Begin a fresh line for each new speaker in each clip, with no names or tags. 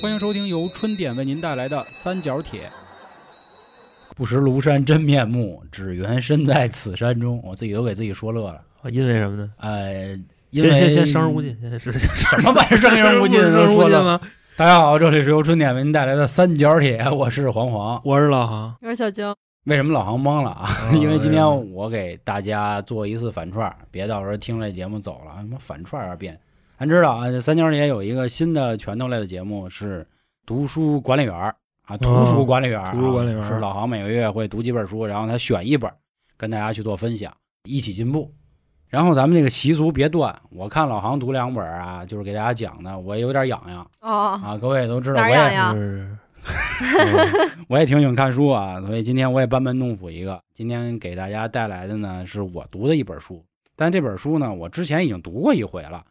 欢迎收听由春点为您带来的《三角铁》。不识庐山真面目，只缘身在此山中。我自己都给自己说乐了。
啊因为什么呢？
呃，因
先
为
先先生人勿 近，先是
什么玩意儿生人勿近？
生人
能
勿
说
近
的。
吗？
大家好，这里是由春点为您带来的《三角铁》，我是黄黄。
我是老航，
我是小江，
为什么老航懵了啊？
啊
因为今天
为什么
我给大家做一次反串儿，别到时候听这节目走了，什么反串儿啊变。咱知道啊，这三角铁有一个新的拳头类的节目是读书管理员儿啊，图书管理员儿啊、
哦图书管理员儿
是老航每个月会读几本书，然后他选一本跟大家去做分享，一起进步。然后咱们这个习俗别断，我看老航读两本儿啊，就是给大家讲的，我也有点痒痒
哦，
啊，各位也都知道，
哪
我
儿
也
痒呀？
是
我也挺喜欢看书啊，所以今天我也班门弄斧一个。今天给大家带来的呢，是我读的一本书，但这本书呢，我之前已经读过一回了。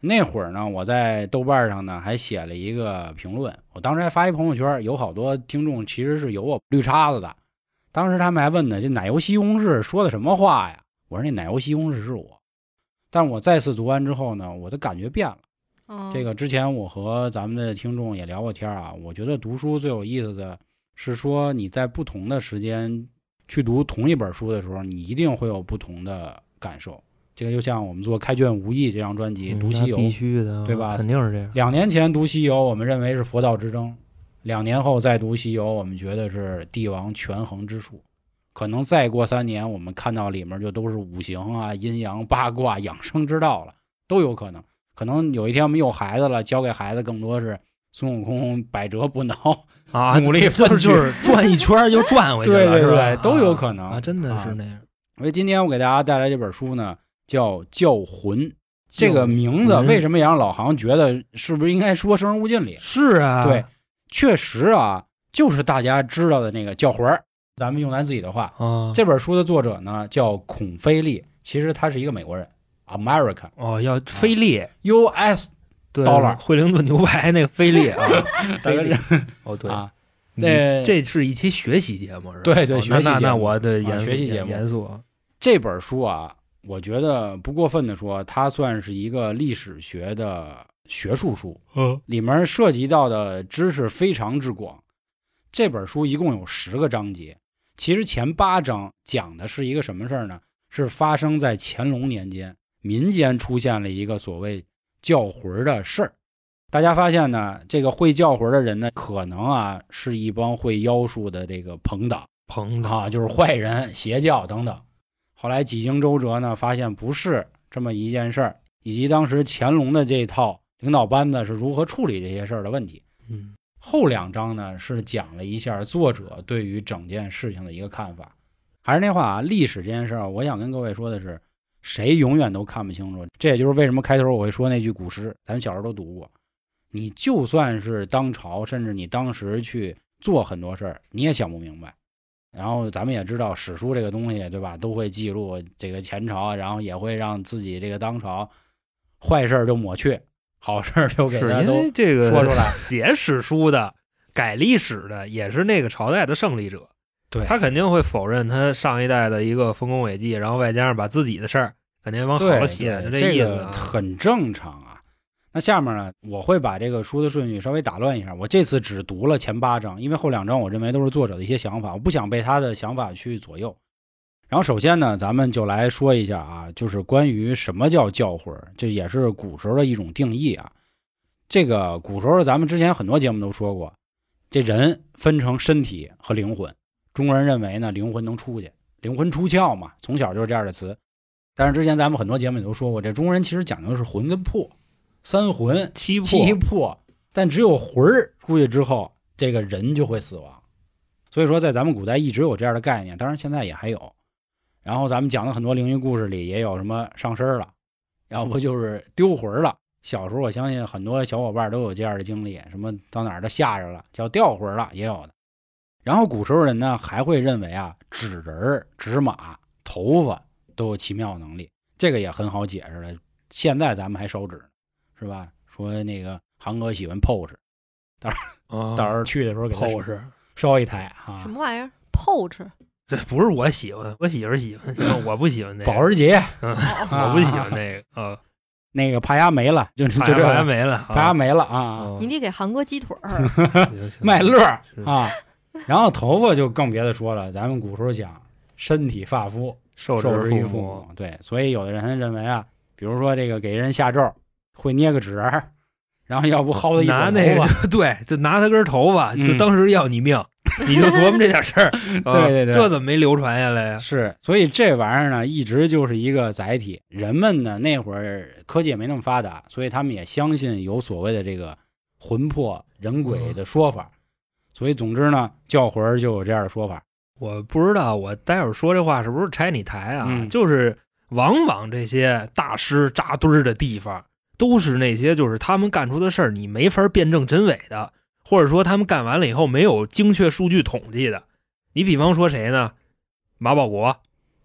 那会儿呢，我在豆瓣上呢还写了一个评论，我当时还发一朋友圈，有好多听众其实是有我绿叉子的。当时他们还问呢，这奶油西红柿说的什么话呀？我说那奶油西红柿是我。但我再次读完之后呢，我的感觉变了。
嗯，
这个之前我和咱们的听众也聊过天儿啊，我觉得读书最有意思的是说你在不同的时间去读同一本书的时候，你一定会有不同的感受。这个就像我们做《开卷无益》这张专 辑，读
嗯那
西游
必须的，
对吧
肯定是这样。
两年前读西游，我们认为是佛道之争；两年后再读西游，我们觉得是帝王权衡之术。可能再过三年，我们看到里面就都是五行啊、阴阳八卦、 养生之道了，都有可能。可能有一天我们有孩子了，教给孩子更多是孙悟空百折不挠，
啊，
努力
就
奋
是
起
就是转一圈儿又转回去了，
对对
是
对
吧
都有可
啊
能
啊，真的
啊
是那样。
所以今天我给大家带来这本书呢，叫《教魂》。这个名字
嗯
为什么也让老行觉得是不是应该说“生人勿近”里？
是啊，
对，确实啊，就是大家知道的那个叫魂儿。咱们用咱自己的话，
啊，
这本书的作者呢叫孔飞利，其实他是一个美国人，American
哦要
啊
菲力，
U.S.
对，
Dollar
惠灵顿牛排那个 菲力啊，菲力。 哦，对，
啊，
你
这
这是一期学习节目是吧？
对对
哦
学
那
习
那
节
那
目
我的
啊
严肃
学习节目
严肃啊，
这本书啊，我觉得不过分的说，它算是一个历史学的学术书，
嗯，
里面涉及到的知识非常之广。这本书一共有十个章节，其实前八章讲的是一个什么事儿呢？是发生在乾隆年间，民间出现了一个所谓叫魂儿的事儿。大家发现呢，这个会叫魂儿的人呢，可能啊是一帮会妖术的这个朋党。
捧他
啊，就是坏人、邪教等等。后来几经周折呢，发现不是这么一件事儿，以及当时乾隆的这套领导班子是如何处理这些事儿的问题。
嗯，
后两章呢是讲了一下作者对于整件事情的一个看法。还是那话啊，历史这件事儿，我想跟各位说的是，谁永远都看不清楚。这也就是为什么开头我会说那句古诗，咱们小时候都读过。你就算是当朝，甚至你当时去做很多事儿，你也想不明白。然后咱们也知道史书这个东西，对吧？都会记录这个前朝，然后也会让自己这个当朝坏事儿就抹去，好事儿就给
是
大家
因
都
为这个
说 出来。
写史书的、改历史的，也是那个朝代的胜利者，
对
他肯定会否认他上一代的一个丰功伟绩，然后外加上把自己的事儿肯定往好
对
了写，就
对
意思
个
啊。
很正常啊。那下面呢，我会把这个书的顺序稍微打乱一下。我这次只读了前八章，因为后两章我认为都是作者的一些想法，我不想被他的想法去左右。然后首先呢，咱们就来说一下啊，就是关于什么叫教诲儿，这也是古时候的一种定义啊。这个古时候咱们之前很多节目都说过，这人分成身体和灵魂。中国人认为呢，灵魂能出去，灵魂出窍嘛，从小就是这样的词。但是之前咱们很多节目也都说过，这中国人其实讲究的是魂跟魄，三魂
七魄
七魄，但只有魂儿出去之后，这个人就会死亡。所以说，在咱们古代一直有这样的概念，当然现在也还有。然后咱们讲的很多灵异故事里也有什么上身了，要不就是丢魂儿了。小时候我相信很多小伙伴都有这样的经历，什么到哪儿都吓着了，叫掉魂儿了也有的。然后古时候人呢还会认为啊，纸人儿、纸马、头发都有奇妙能力，这个也很好解释了。现在咱们还烧纸呢，是吧？说那个韩哥喜欢 pose，
啊
到时候去的时候给他
pose
烧一台啊
什。么玩意儿？poach，
这不是 我 喜欢，我媳妇儿喜欢，我不喜欢那个，
保时捷啊
嗯
哦
我不喜欢那个啊。
那个帕亚没了，就就
好像
这
好像
个
没了，
帕亚
没
没了啊，
了
你得给韩国鸡腿 儿，
麦啊乐儿
是
啊，然后头发就更别的说了，咱们古时候讲身体发肤
受
受
之
之以
父
父母，对，所以有的人认为啊，比如说这个给人下咒会捏个纸儿，然后要不薅他一撮
拿那
头
个
发，
就对，就拿他根头发，
嗯
就当时要你命，你就琢磨这点 事儿，啊
对对对
这怎么没流传下来呀？
是，所以这玩意儿呢，一直就是一个载体。人们呢，那会儿科技也没那么发达，所以他们也相信有所谓的这个魂魄人鬼
嗯
的说法。所以，总之呢，教魂儿就有这样的说法。
我不知道，我待会儿说这话是不是拆你台啊？
嗯
就是往往这些大师扎堆儿的地方，都是那些就是他们干出的事儿，你没法辩证真伪的，或者说他们干完了以后没有精确数据统计的。你比方说谁呢？马保国，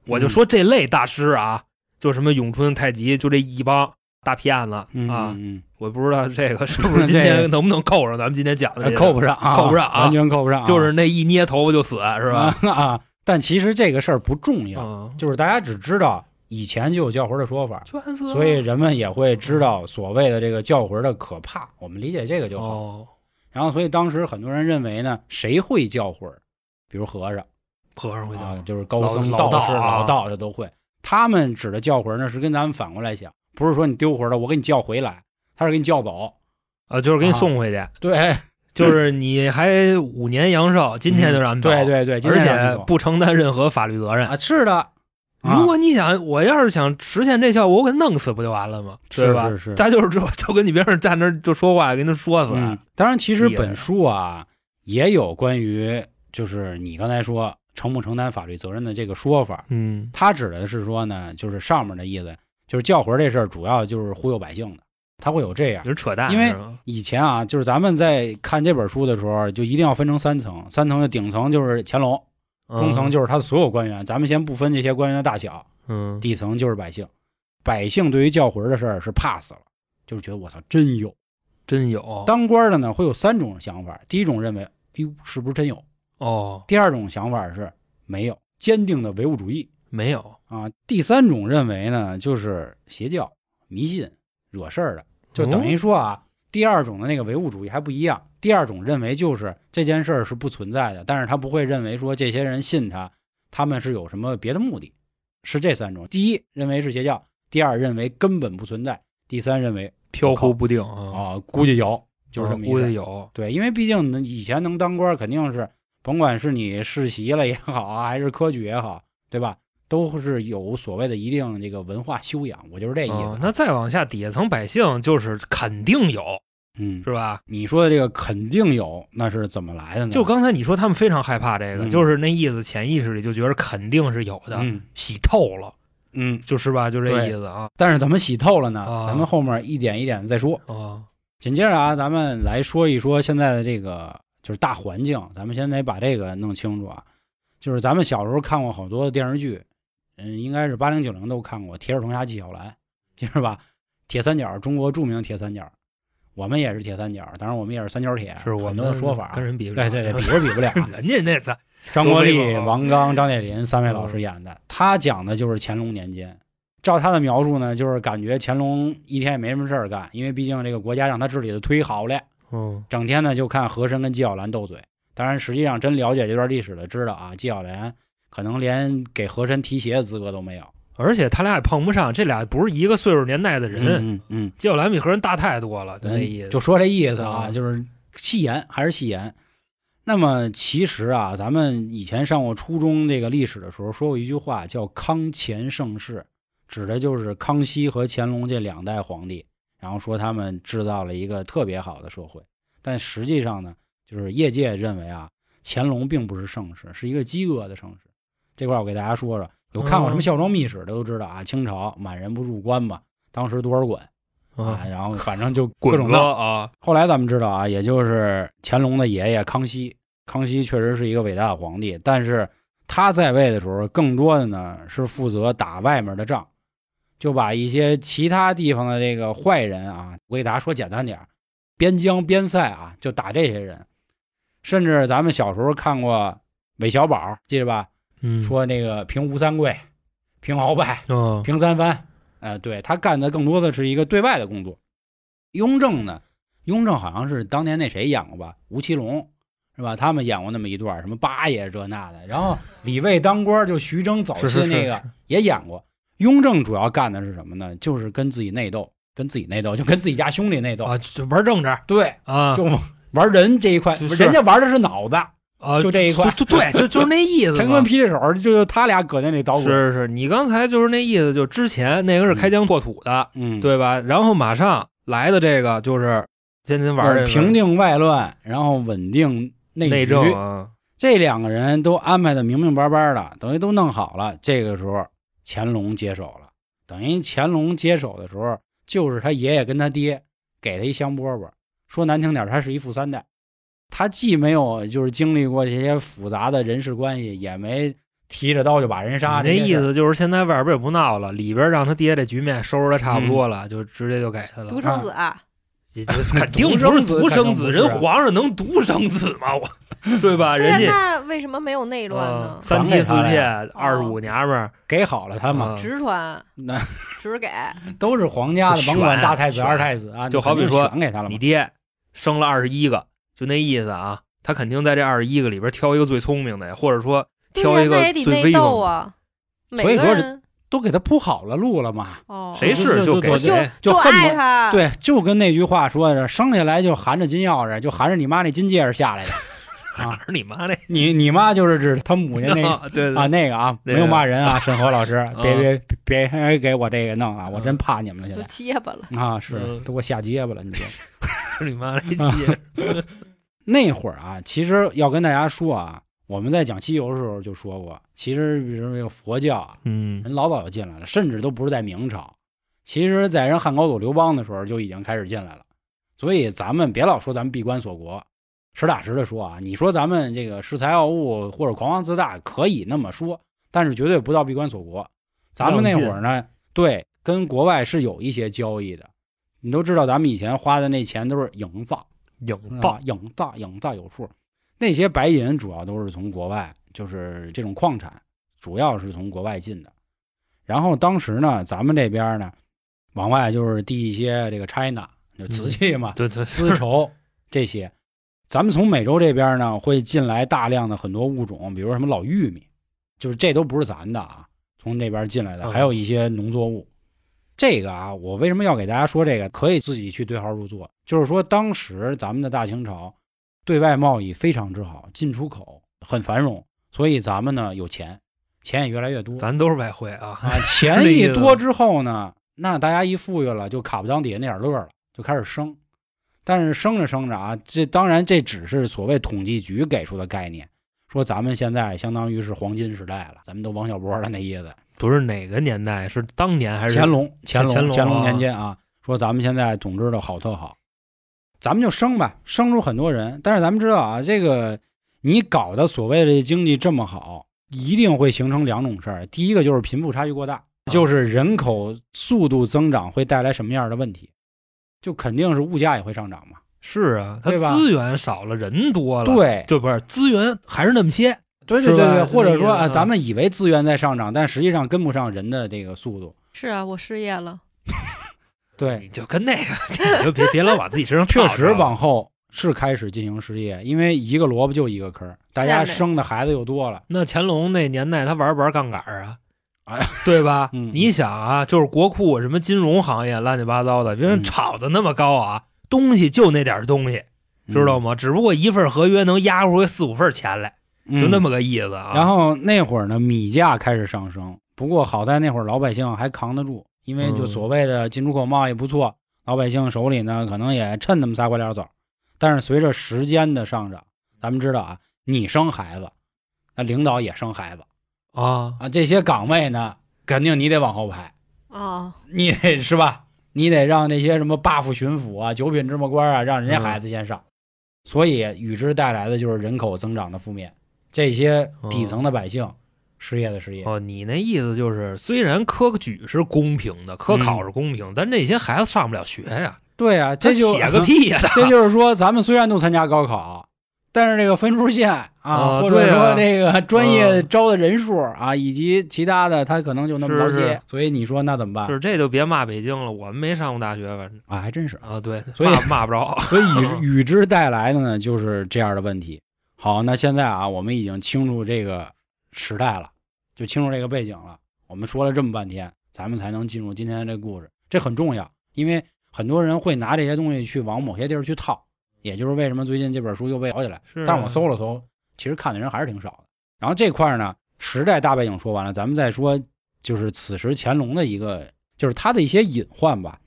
我就
嗯
说这类大师啊，就什么咏春、太极，就这一帮大骗子、
嗯
啊。
嗯，
我不知道这个是不是今
这个
天能不能扣上咱们今天讲的这
嗯
个、
扣不上啊，
扣不上啊
完全扣不上啊、
就是那一捏头发就死是吧？
啊 啊。但其实这个事儿不重要，
嗯，
就是大家只知道以前就有教魂儿的说法，
就
所以人们也会知道所谓的这个教魂儿的可怕。我们理解这个就好。
哦，
然后，所以当时很多人认为呢，谁会教诲儿，比如和尚
和尚回家
啊，就是高
老
僧、
老
道士、
道啊
老道这都会。他们指的教诲儿呢，是跟咱们反过来想，不是说你丢魂儿了，我给你叫回来，他是给你叫走。
啊，就是给你送回去，
对，
就是你还五年阳寿，今天就让你走，
嗯对对对，今
而
天让你
且
走
不承担任何法律责任。
啊，是的。啊
如果你想，我要是想实现这效果，我给弄死不就完了吗？
是
对吧？
是是
他就是就就跟你别人站那儿就说话，给他说死。
嗯，当然，其实
厉害
本书啊也有关于就是你刚才说承不承担法律责任的这个说法，
嗯，
他指的是说呢，就是上面的意思，就是教魂儿这事儿主要就是忽悠百姓的，他会有这样
你。是扯淡，
因为
是吗
以前啊，就是咱们在看这本书的时候，就一定要分成三层，三层的顶层就是乾隆，中层就是他的所有官员，咱们先不分这些官员的大小，
嗯
底层就是百姓。百姓对于教魂儿的事儿是怕死了，就是觉得我操真有。
真有
当官儿的呢，会有三种想法：第一种认为，哎呦是不是真有；
哦，
第二种想法是没有，坚定的唯物主义；
没有
啊，第三种认为呢，就是邪教、迷信、惹事儿的，就等
哦
于说啊，第二种的那个唯物主义还不一样。第二种认为就是这件事儿是不存在的，但是他不会认为说这些人信他，他们是有什么别的目的，是这三种：第一，认为是邪教；第二，认为根本不存在；第三，认为
飘
靠
忽不定啊，
啊、估计有，就是这么一
哦估
事儿
计有，
对，因为毕竟能以前能当官儿，肯定是甭管是你世袭了也好啊，还是科举也好，对吧？都是有所谓的一定这个文化修养，我就是这意
嗯
思。啊
那再往下底下层百姓就是肯定有，
嗯，
是吧？
你说的这个肯定有，那是怎么来的呢？
就刚才你说他们非常害怕这个，
嗯
就是那意思，潜意识里就觉得肯定是有的，
嗯
洗透了，
嗯，
就是吧？就这
对嗯
意思啊
但是怎么洗透了呢？
啊
咱们后面一点一点再说。
啊，
紧接着啊，咱们来说一说现在的这个就是大环境，咱们先得把这个弄清楚啊。就是咱们小时候看过好多的电视剧，嗯，应该是八零九零都看过《铁齿铜牙纪晓岚》，记着吧？铁三角，中国著名铁三角，我们也是铁三角，当然我们也是三角铁，
是我
很
们
多的说法。
跟人比不
对
了，
对 对，比是比不了啊。
人家那 次
张国
都啊没
立、
有
王刚、张铁林三位老
嗯
师演的，他讲的就是乾隆年间。照他的描述呢，就是感觉乾隆一天也没什么事儿干，因为毕竟这个国家让他治理的忒好了。
嗯
整天呢就看和珅跟纪晓岚斗嘴。当然，实际上真了解这段历史的知道啊，纪晓岚可能连给和珅提鞋的资格都没有。
而且他俩也碰不上，这俩不是一个岁数年代的人，
嗯嗯，
纪晓岚比和人大太多了，就那意
嗯
思。
就说这意思啊，
啊
就是戏言还是戏言。那么其实啊，咱们以前上过初中这个历史的时候说过一句话，叫“康乾盛世”，指的就是康熙和乾隆这两代皇帝，然后说他们制造了一个特别好的社会。但实际上呢，就是业界认为啊，乾隆并不是盛世，是一个饥饿的盛世。这块儿我给大家说说，有看过什么《
嗯
孝庄秘史》的都知道啊，清朝满人不入关嘛，当时多少滚啊，
啊
然后反正就各
滚
种
哥
闹。
啊，
后来咱们知道啊，也就是乾隆的爷爷康熙，康熙确实是一个伟大的皇帝，但是他在位的时候，更多的呢是负责打外面的仗，就把一些其他地方的这个坏人啊，我给大家说简单点儿边疆边塞啊，就打这些人，甚至咱们小时候看过韦小宝，记得吧？
嗯，
说那个平吴三桂、平鳌拜、
嗯
平三藩，呃，对他干的更多的是一个对外的工作。雍正呢，雍正好像是当年那谁演过吧，吴奇隆是吧？他们演过那么一段儿，什么八爷这那的。然后李卫当官儿，就徐峥早期
是是是
那个
是
也演过。雍正主要干的是什么呢？就是跟自己内斗，跟自己内斗，就跟自己家兄弟内斗。
啊，就玩政治
对，
啊，
就玩人这一块，
就是
人家玩的是脑子。
啊，
就这一块
就就对，就就是那意思嘛。
陈坤霹雳手儿就他俩搁那里捣鼓。
是是是，你刚才就是那意思，就之前那个是开疆拓土的，
嗯，
对吧？然后马上来的这个就是天天玩
玩
儿这个
平定外乱，然后稳定内
内
局
政啊，
这两个人都安排的明明白白的，等于都弄好了。这个时候，乾隆接手了。等于乾隆接手的时候，就是他爷爷跟他爹给他一香饽饽，说难听点儿，他是一富三代。他既没有就是经历过这些复杂的人事关系，也没提着刀就把人杀。
你那
这些
意
事儿
思就是现在外边也不闹了，里边让他爹这局面收拾的差不多了，就直接就给他了。
独生子啊，
也就肯定
独
不是
生子
独
嗯 肯
生
定
子，
不是
人
啊
皇上能独生子吗？我，对吧？
对呀
人家
那为什么没有内乱
呃
呢？
三妻四妾，二十五
哦
娘们儿，
给好了他嘛，
啊
直传
呃 那
直 给，
都是皇家的，
就选
甭管大太子、
选
二太子啊，
就好比
你肯定
说
选给他了嘛
你。爹生了二十一个，就那意思啊。他肯定在这二十一个里边挑一个最聪明的，或者说
对
挑
呀
一个
那也得
最
内
威
斗
风的。
啊。每
所以
个
说
人
都给他铺好了路了嘛，
哦，
谁
就是就
就给
就啊
我
谁
就
就恨不
爱
得
他，，
对，就跟那句话说的，生下来就含着金钥匙，就含着你妈那金戒指下来的。
哪是你妈嘞？
你你妈就是指他母亲那
对
啊
哦对，
那个啊，
那
没有
个
骂人啊，沈河 老师，别
嗯
别别别给我这个弄啊，我真怕你们了现
都
在
结巴了。
啊，是
嗯
都给我吓结巴了，你说。
是你妈嘞！
啊
姐
那会儿啊，其实要跟大家说啊，我们在讲西游的时候就说过，其实比如这个佛教啊，
嗯，
人老早就进来了，甚至都不是在明朝，其实，在人汉高祖刘邦的时候就已经开始进来了。所以咱们别老说咱们闭关锁国，实打实的说啊，你说咱们这个恃才傲物或者狂妄自大，可以那么说，但是绝对不到闭关锁国。咱们那会儿呢，对，跟国外是有一些交易的。你都知道，咱们以前花的那钱都是营造，
引
大
爆
影大影大有数。那些白银主要都是从国外，就是这种矿产，主要是从国外进的。然后当时呢，咱们这边呢，往外就是递一些这个 China，就瓷器嘛、
对对，
丝绸这些。咱们从美洲这边呢，会进来大量的很多物种，比如什么老玉米，就是这都不是咱的啊，从这边进来的，
嗯
还有一些农作物。这个啊，我为什么要给大家说这个？可以自己去对号入座。就是说，当时咱们的大清朝对外贸易非常之好，进出口很繁荣，所以咱们呢有钱，钱也越来越多。
咱都是外汇啊，
啊，钱一多之后呢，那大家一富裕了，就卡不当底下那点乐了，就开始生。但是生着生着啊，这当然这只是所谓统计局给出的概念，说咱们现在相当于是黄金时代了，咱们都王小波了那意思。
不是哪个年代，是当年还是
乾隆，
乾
隆，
乾隆
乾
啊
年间啊，说咱们现在总之的好特好，咱们就生吧，生出很多人。但是咱们知道啊，这个你搞的所谓的经济这么好，一定会形成两种事儿。第一个就是贫富差距过大，就是人口速度增长会带来什么样的问题，就肯定是物价也会上涨嘛。
是啊，他
对吧
资源少了，人多了，，
对，
就不是资源还是那么些，
对
是
对对
吧
对，
是
或
这
者
意思
说啊，
啊
咱们以为资源在上涨，但实际上跟不上人的这个速度。
是啊，我失业了，
对
你，就跟那个， 你就别别老往自己身上
确
套啊
实往后是开始进行失业，因为一个萝卜就一个坑儿，大家
那没
生的孩子又多了。
那乾隆那年代，他玩不玩杠杆啊？
哎，
对吧？
嗯
你想啊，就是国库什么金融行业乱七八糟的，别人
嗯
炒的那么高啊，东西就那点儿东西，知道
吗？
吗？只不过一份合约能压出四五份钱来，就那
么。
么个意思啊。
嗯然后那会儿呢，米价开始上升，不过好在那会儿老百姓还扛得住，因为就
嗯
所谓的进出口贸易不错，老百姓手里呢可能也趁那么仨瓜俩枣儿。但是随着时间的上涨，咱们知道啊，你生孩子，那领导也生孩子
啊，
啊，这些岗位呢，肯定你得往后排。
哦，
你得是吧？你得让那些什么 buff 巡抚啊、九品芝麻官啊，让人家孩子先上。
嗯
所以与之带来的就是人口增长的负面，这些底层的百姓、失业的失业。
哦，你那意思就是，虽然科举是公平的，科考是公平，但这些孩子上不了学呀，
对啊，
他
嗯 这就
写个屁呀！
这就是说，咱们虽然都参加高考，但是这个分数线啊，
啊
或者
对啊
说这个专业
嗯
招的人数啊，以及其他的，他可能就那么
是
高
是
些。所以你说那怎么办？
是 这就别骂北京了，我们没上过大学，反正
啊，还真是。
啊，对，
所以
骂骂不着。
所以
嗯
与与之带来的呢，就是这样的问题。好，那现在啊，我们已经清楚这个时代了，就清楚这个背景了。我们说了这么半天，咱们才能进入今天的这个故事，这很重要，因为很多人会拿这些东西去往某些地儿去套，也就是为什么最近这本书又被炒起来。
是啊
但是我搜了搜，其实看的人还是挺少的。然后这块儿呢，时代大背景说完了，咱们再说就是此时乾隆的一个，就是他的一些隐患吧。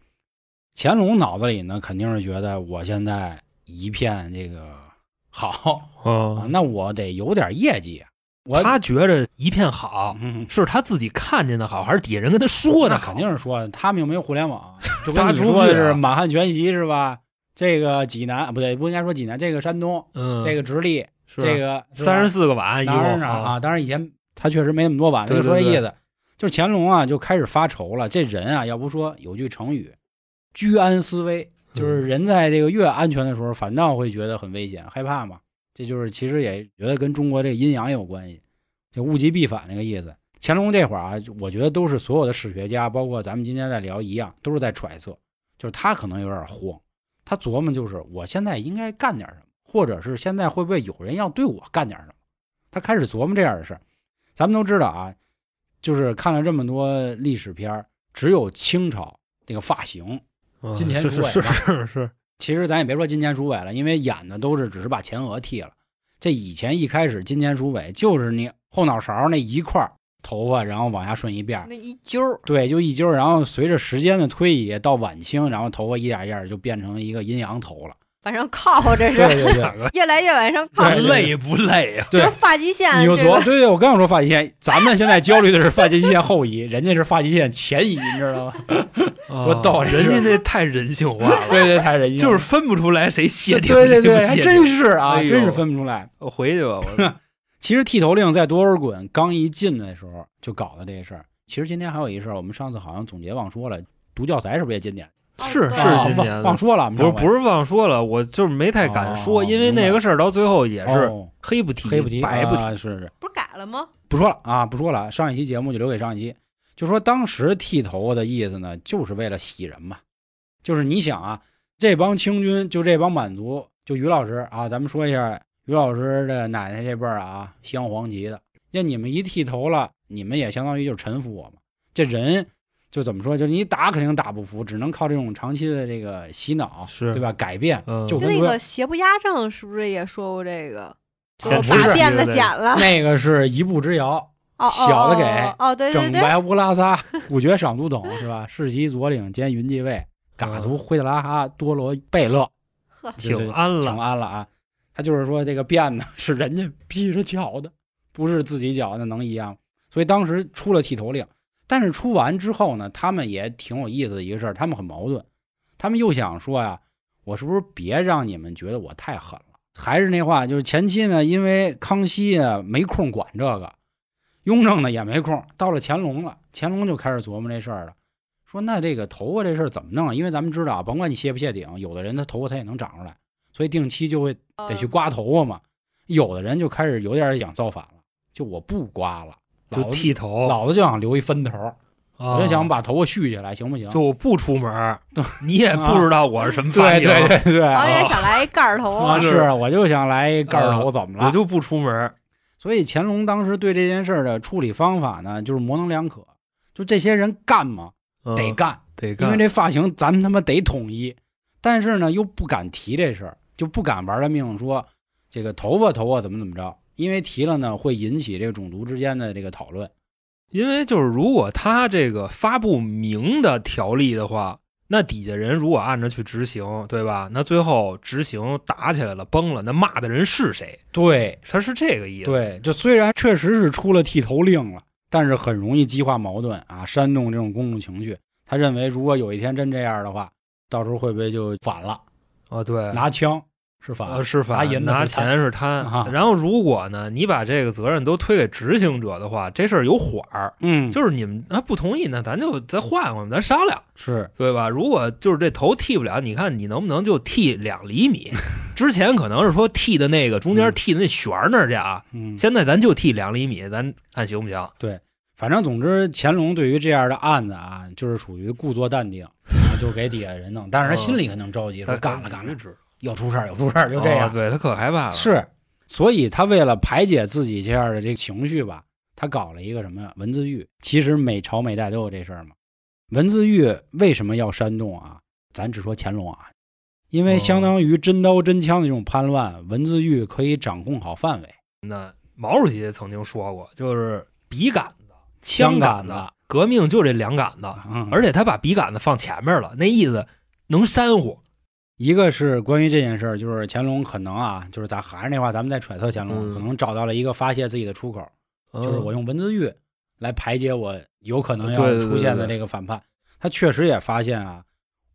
乾隆脑子里呢，肯定是觉得我现在一片这个好，啊
嗯，
那我得有点业绩啊。我
他觉着一片好，
嗯，
是他自己看见的好，还是底下人跟他说的
那
好？
肯定是说他们又没有互联 网，就
大
跟你
数
说
据
的是
啊
满汉全席是吧？这个济南啊不对，不应该说济南，这个山东，
嗯，
这个直隶，
是
这个是吧
三十四个碗一
当然
共
是啊，，当然以前他确实没那么多碗，他
对
就说这
对
意
对
思。就是乾隆啊，就开始发愁了。这人啊，要不说有句成语“居安思危”，
嗯
就是人在这个越安全的时候，反倒会觉得很危险、害怕嘛。这就是其实也觉得跟中国这个阴阳也有关系，就物极必反那个意思。乾隆这会儿啊，我觉得都是所有的史学家，包括咱们今天在聊一样，都是在揣测，就是他可能有点慌，他琢磨就是我现在应该干点什么，或者是现在会不会有人要对我干点什么？他开始琢磨这样的事儿。咱们都知道啊，就是看了这么多历史片儿，只有清朝那个发型，
嗯
金钱
是
鼠
是
尾
是
嘛
是是，
其实咱也别说金钱鼠尾了，因为演的都是只是把前额剃了。这以前一开始金钱鼠尾就是你后脑勺那一块儿头发，然后往下顺一遍儿，
那一揪儿，
对，就一揪儿，然后随着时间的推移，到晚清，然后头发一点一点就变成一个阴阳头了。
往上靠，这
对
是
对 对，
越来越往上靠，
对对
累不累啊呀？
就
对
是发际线
你有
这
多
个
对对，我刚想说发际线，咱们现在焦虑的是发际线后移，人家是发际线前移，你知道吗？
我
逗这
啊人家
是
那太人性化了，
对对，太人性
就
了
是分不出来谁谢顶，
对对
谁
对，
不
还
谢
真
顶。
是啊，
哎呦
真是分不出来。
我回去 吧，我
其实剃头令在多尔衮刚一进的时候就搞的这事儿。其实今天还有一事儿，我们上次好像总结忘说了，读教材是不是也今年？
哦
是
对
是
啊
今
忘
年的
忘说了，
不是不是忘说了，我就是没太敢说，
哦
因为那个事儿到最后也
是
是黑不提
哦黑不提
白不提，
啊是是
不是改了吗？
不说了啊，不说了。上一期节目就留给上一期，就说当时剃头发的意思呢，就是为了洗人嘛。就是你想啊，这帮清军，就这帮满族，就于老师啊，咱们说一下于老师的奶奶这辈儿啊，镶黄旗的，那你们一剃头了，你们也相当于就臣服我嘛。这人就怎么说，就是你打肯定打不服，只能靠这种长期的这个洗脑，
是
对吧？改变，
嗯
就
就
跟
那
说
个邪不压正，是不是也说过这个？就
先
把
不是
辫子剪了，
那个是一步之遥，
哦哦
小的给
哦哦，对对
整
对，
白乌拉撒，古爵赏都统是吧？世袭左领兼云骑尉，嘎图灰特拉哈多罗贝勒，
呵，
对对
请安
请
了。
安了啊！他就是说这个辫子 是人家披着绞的，不是自己绞的，能一样吗？所以当时出了剃头令，但是出完之后呢，他们也挺有意思的一个事儿，他们很矛盾，他们又想说呀，我是不是别让你们觉得我太狠了？还是那话，就是前期呢，因为康熙啊没空管这个，雍正呢也没空，到了乾隆了，乾隆就开始琢磨这事儿了，说那这个头发这事儿怎么弄啊？因为咱们知道啊，甭管你谢不谢顶，有的人他头发他也能长出来，所以定期就会
哦
得
嗯
去刮头发嘛。有的人就开始有点想造反了，就我不刮了，
就
老子
剃头，
老子就想留一分头，
啊
我就想把头发蓄起来，行不行？
就我不出门 儿，你也不知道我是什么发
对
型，
对对对对，
然后哦也
啊
想来一盖儿头
啊
啊，
是，我就想来一盖儿头，怎么了？
我就不出门儿。
所以乾隆当时对这件事儿的处理方法呢，就是模棱两可。就这些人干嘛
嗯
得干，
得
因
干，
为这发型咱们他妈得统一，但是呢又不敢提这事儿，就不敢玩了命说这个头发头发怎么怎么着，因为提了呢会引起这个种族之间的这个讨论。
因为就是如果他这个发布明的条例的话，那底下人如果按着去执行，对吧？那最后执行打起来了，崩了，那骂的人是谁？
对
他是这个意思。
对，就虽然确实是出了剃头令了，但是很容易激化矛盾啊，煽动这种公众情绪。他认为如果有一天真这样的话，到时候会不会就反了，
啊，对，
拿枪是反了
呃，是
拿
反
银子
拿
是贪
钱是贪、
啊
然后如果呢，你把这个责任都推给执行者的话，这事儿有缓儿。
嗯，
就是你们啊不同意，那咱就再换换，咱商量，
是
对吧？如果就是这头剃不了，你看你能不能就剃两厘米，之前可能是说剃的那个中间剃的那旋儿那儿去啊，
嗯，
现在咱就剃两厘米，咱看行不行？
反正总之，乾隆对于这样的案子啊，就是属于故作淡定，然后就给底下人弄，但是他心里肯定着急，说
哦他
干了干了，
知
要出事儿，要出事儿，就
道
这样。
哦对他可害怕了。
是，所以他为了排解自己这样的这个情绪吧，他搞了一个什么呀？文字狱。其实每朝每代都有这事儿嘛。文字狱为什么要煽动啊？咱只说乾隆啊，因
哦
为相当于真刀真枪的这种叛乱，文字狱可以掌控好范围，
那毛主席曾经说过，就是笔杆子、
枪杆
杆子
子，
革命就这两杆子，
嗯、
而且他把笔杆子放前面了，那意思能煽乎。
一个是关于这件事儿，就是乾隆可能啊，就是咱还是那话，咱们在揣测乾隆、啊
嗯哦
可能找到了一个发泄自己的出口，就是我用文字狱来排解我有可能
对
要
对对
出现的
对
这个反叛。他确实也发现啊，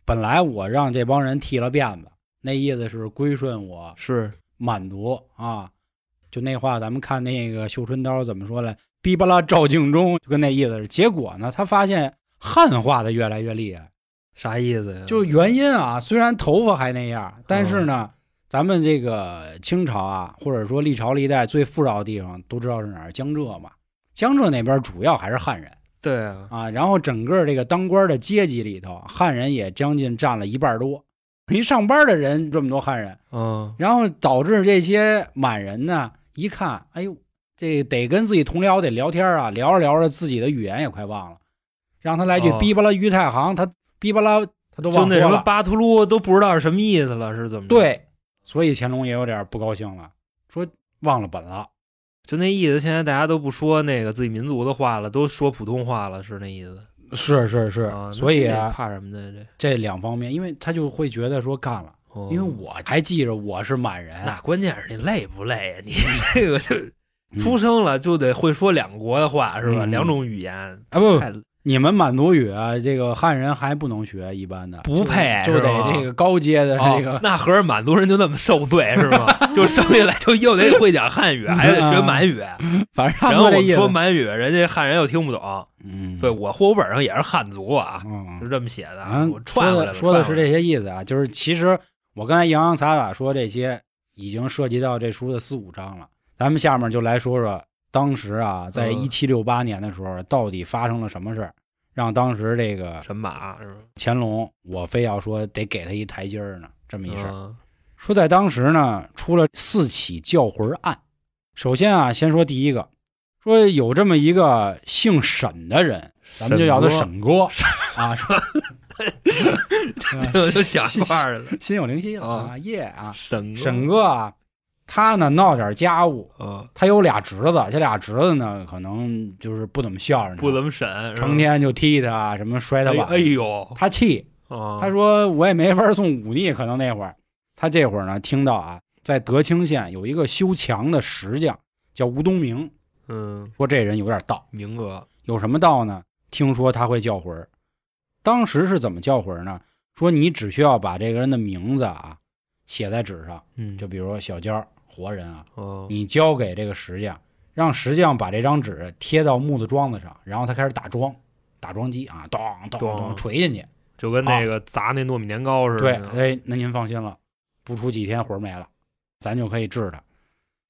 本来我让这帮人剃了辫子，那意思是归顺我、
是
满族啊。就那话，咱们看那个《绣春刀》怎么说来，逼巴拉赵敬忠，就跟那意思是。结果呢，他发现汉化的越来越厉害。
啥意思呀？
就是原因啊，虽然头发还那样，但是呢，
嗯
咱们这个清朝啊，或者说历朝历代最富饶的地方，都知道是哪儿，江浙嘛。江浙那边主要还是汉人
对啊，
啊，然后整个这个当官的阶级里头，汉人也将近占了一半多。一上班的人这么多汉人，
嗯，
然后导致这些满人呢，一看，哎呦，这得跟自己同僚得聊天啊，聊着聊着自己的语言也快忘了，让他来句
哦
逼巴拉于太行，他逼巴拉他都
就
忘
那
说
什么
了。
巴图鲁都不知道是什么意思了，是怎么着？，
对，所以乾隆也有点不高兴了，说忘了本了。
就那意思。现在大家都不说那个自己民族的话了，都说普通话了，是那意思。
是是是
啊，那
所以
这
啊，
怕什么的这？
这两方面，因为他就会觉得说干了，
哦
因为我还记着我是满人啊
那，关键是你累不累啊呀？你这个就
嗯
出生了就得会说两国的话是吧？
嗯
两种语言
啊不
太
你们满族语啊，这个汉人还不能学一般的，
不配
就得这
个。
个高阶的
哦
这个。
那合着满族人就那么受罪是吗？就生下来就又得会讲
嗯
汉语，还得
啊
学满语，
反正差
然
不多
后
这
我
意
说
思。
满语，人家汉人又听不懂。
嗯，
对我户口本上也是汉族啊，
嗯，
是这么写的啊。
嗯
我串
说
回来
的
了
说的是
串回来
这些意思啊，就是其实我刚才洋洋洒洒说这些，已经涉及到这书的四五章了。咱们下面就来说说当时啊，在
嗯
一七六八年的时候，到底发生了什么事儿，让当时这个
了神
啊
马是吧？
乾隆，我非要说得给他一台阶儿呢，这么一事儿。
嗯
说在当时呢，出了四起教魂案。首先啊，先说第一个，说有这么一个姓沈的人，咱们就叫他
沈
沈 哥啊，说
我就想啊一块 儿了。
心有灵犀了
啊
啊，耶啊！
沈
沈哥啊，他呢闹点家务，
嗯，
他有俩侄子，这俩侄子呢可能就是不怎么孝顺他，
不怎么沈，是吧
成天就踢他，什么摔他碗。
哎哎呦，啊
他气，
他
他说我也没法送忤逆，可能那会儿他这会儿呢听到啊，在德清县有一个修墙的石匠叫吴东明，
嗯，
说这人有点道，
明哥，
有什么道呢？听说他会叫魂儿，当时是怎么叫魂儿呢？说你只需要把这个人的名字啊写在纸上，
嗯
就比如说小娇儿活人啊，
哦，
你交给这个石匠，让石匠把这张纸贴到木头桩子上，然后他开始打桩，打桩机啊，咚咚
咚
咚锤进去。
就跟那个砸那糯米年糕似
对，
的，，
哎，那您放心了，不出几天魂儿没了，咱就可以治他。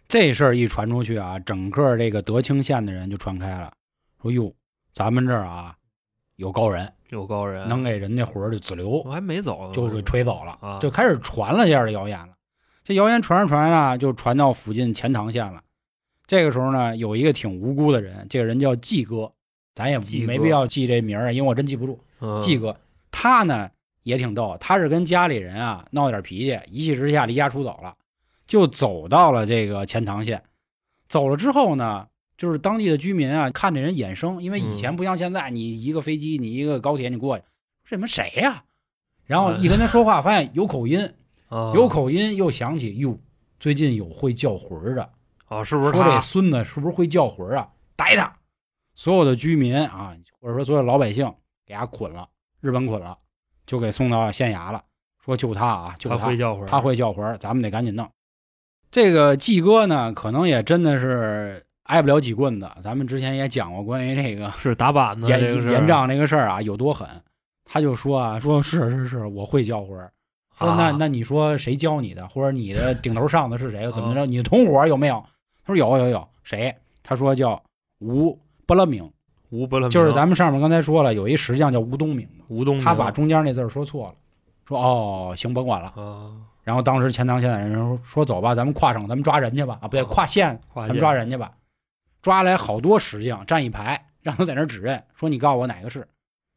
这事儿一传出去啊，整个这个德清县的人就传开了，说哟，咱们这儿啊有高人，
有高人，
能给人家魂儿就子流
我，还没走呢，
就给吹走
啊
了，就开始传了这样的谣言了。这谣言传着传着啊，就传到附近钱塘县了。这个时候呢，有一个挺无辜的人，这个人叫季哥，咱也
季哥
没必要记这名儿啊，因为我真记不住。
嗯
季哥，他呢也挺逗，他是跟家里人啊闹点脾气，一气之下离家出走了，就走到了这个钱塘县。走了之后呢，就是当地的居民啊看这人衍生，因为以前不像现在，你一个飞机，你一个高铁，你过去，这人谁呀、然后一跟他说话，发现有口音，
啊
有口音又想起哟，最近有会叫魂儿的，
哦，是不是
说这
他？
孙子是不是会叫魂儿啊？逮他！所有的居民啊，或者说所有老百姓，给他捆了，日本捆了，就给送到县衙了。说就他啊，就
他
他
会，叫魂儿，
他会叫魂儿，咱们得赶紧弄。这个季哥呢，可能也真的是挨不了几棍子。咱们之前也讲过关于这个
是打板子，
严
这个是
啊严，仗这个事儿啊，有多狠。他就说啊，说是是是，我会叫魂儿，说那
啊
那你说谁教你的，或者你的顶头上的是 谁，怎
嗯
么着？你的同伙有没有？他说有有有，谁？他说叫吴不勒明，
吴伯勒
就是咱们上面刚才说了，有一石匠叫吴东明嘛，
吴东明，
他把中间那字儿说错了，说哦行甭管了。
啊
然后当时钱塘县的人说说走吧，咱们跨省咱们抓人去吧，啊不对，
啊
跨县
划
咱们
界
抓人去吧。抓来好多石匠站一排，让他在那儿指认，说你告诉我哪个是。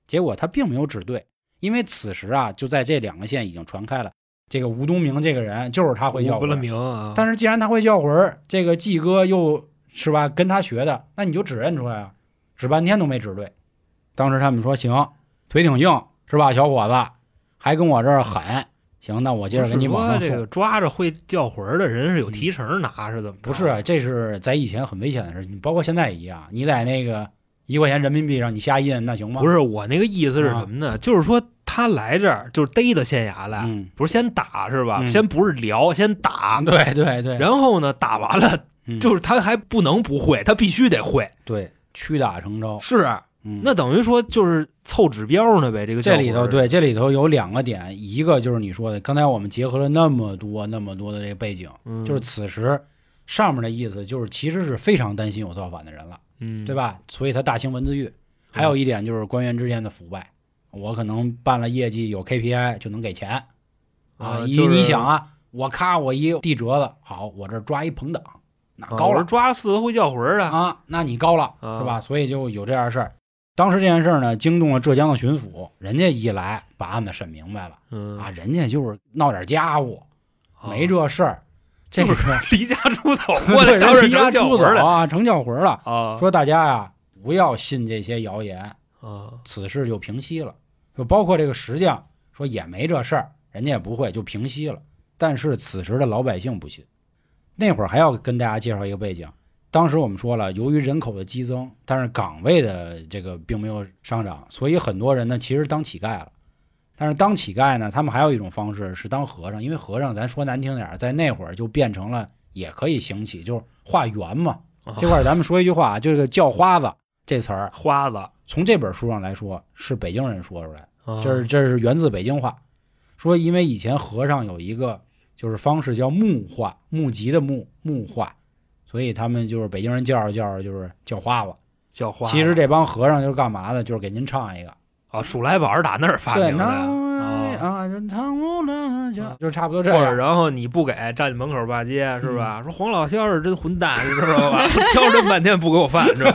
结果他并没有指对，因为此时啊，就在这两个县已经传开了，这个吴东明这个人就是他会叫
吴伯勒
魂。
明啊，
但是既然他会叫魂儿，这个季哥又是吧跟他学的，那你就指认出来啊，指半天都没指对。当时他们说行，腿挺硬是吧，小伙子，还跟我这儿喊，行，那我接着给你往上
不是
送
说这。个抓着会叫魂儿的人是有提成拿是怎么着？
不是啊，这是在以前很危险的事，你包括现在也一样。你在那个一块钱人民币上你瞎印，那行吗？啊
不
是，
是我那个意思是什么呢？就是说他来这儿就是逮到县衙来，
嗯，
不是先打是吧？
嗯
先不是聊，先打。
啊对对对，
然后呢，打完了，
嗯
就是他还不能不会，他必须得会。
对屈打成招。
是，啊
嗯，
那等于说就是凑指标呢呗。这个
这
叫
里头
魂儿，
对这里头有两个点，一个就是你说的，刚才我们结合了那么多那么多的这个背景，
嗯
就是此时上面的意思就是其实是非常担心有造反的人了，
嗯，
对？吧？所以他大兴文字狱。还有一点就是官员之间的腐败，我可能办了业绩有 KPI 就能给钱，啊，
啊，
你
就是
你想啊，我咔我一地折子，好，我这儿抓一朋党，那
啊
高
我
了
是抓了四个会叫魂儿的，
啊，那你高了
啊
是吧？所以就有这样的事儿。当时这件事儿呢，惊动了浙江的巡抚，人家一来把案子审明白了
嗯
啊，，人家就是闹点家务，
啊
没这事儿，这
就
个
是离家出走过来，
对
当
人
时
离家
能叫
出
魂
走
儿来
啊，成叫魂儿了。
啊
说大家呀、不要信这些谣言，
啊
此事就平息了。就包括这个石匠说也没这事儿，人家也不会，就平息了。但是此时的老百姓不信。那会儿还要跟大家介绍一个背景，当时我们说了，由于人口的激增，但是岗位的这个并没有上涨，所以很多人呢其实当乞丐了。但是当乞丐呢，他们还有一种方式是当和尚，因为和尚咱说难听点儿，在那会儿就变成了也可以行乞，就是化缘嘛
啊。
这块儿咱们说一句话，就这个叫花子这词儿，
花子，啊
从这本书上来说，是北京人说出来，这是这是源自北京话，说因为以前和尚有一个就是方式叫木化，募集的募木化，所以他们就是北京人叫着叫着就是叫花子。
叫花子。
其实这帮和尚就是干嘛的？就是给您唱一个，
啊，鼠来宝是打那儿发
对，
明
那
的呀。
啊，人唱我的家就差不多这
或者，
样。嗯
然后你不给，站你门口骂街是吧？说黄老仙儿真混蛋，知 道吧？敲这么半天不给我饭，是吧？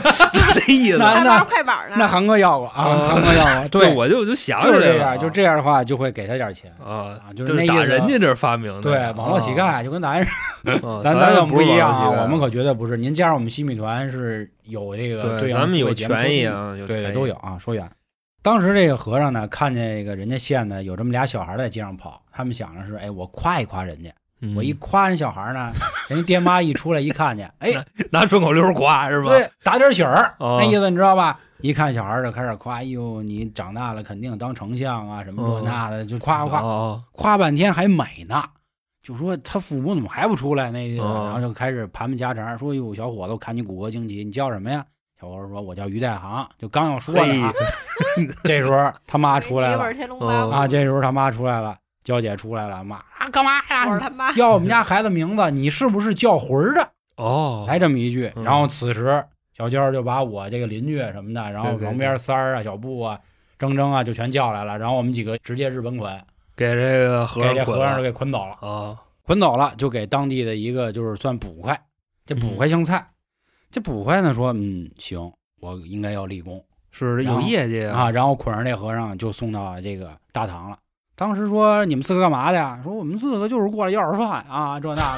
那意思。
那
还玩快板呢？
那韩哥要过啊，
啊
韩哥要过，
对，
对，
我就我就想起
就是
来
这
了
样，就这样的话就会给他点钱
啊，
啊，就
就是
那
是
意
打
思。
人家这儿发明的。
对，网络乞丐就跟男人
啊，
咱
咱
咱
又
可不一样
是网络
啊，
乞丐
我们可绝对不是。您加上我们新米团是有这个
对，
应
咱们有
付费节目收
权益
听
啊，有
的，对
权
对
益
都有啊。说远，当时这个和尚呢，看见这个人家县呢有这么俩小孩在街上跑，他们想着是，哎，我夸一夸人家，
嗯
我一夸人小孩呢，人家爹妈一出来一看见， 哎，
拿顺口溜儿夸是吧？
对，打点喜儿，
哦
那意思你知道吧？一看小孩就开始夸，哎呦，你长大了肯定当丞相啊，什么
哦
这那的，就夸夸夸。
哦
夸半天还美呢，就说他父母怎么还不出来那意思，
哦
然后就开始盘盘家常，说哟小伙子，我看你骨骼惊奇，你叫什么呀？小伙子说我叫于代航，就刚要说呢、啊， 这时候他妈出来
一会儿
了
天龙八
嗯
部，
啊，这时候他妈出来了，娇姐出来了，妈啊干嘛
我
呀？
是他妈。
要我们家孩子名字，你是不是叫魂儿的？
哦，
来这么一句，
嗯
然后此时小娇就把我这个邻居什么的，然后
对对
旁边三儿啊、小布啊、铮铮啊就全叫来了，然后我们几个直接日本捆，
给这个和
给
尚
这和尚就
啊
给捆走了。，
哦
捆走了，就给当地的一个就是算捕快，这捕
嗯
快姓蔡，这捕快呢说，嗯，行，我应该要立功
是
然
有
后
业绩
啊，然后捆上这和尚就送到这个大堂了。当时说你们四个干嘛的呀？说我们四个就是过来要点饭啊，这那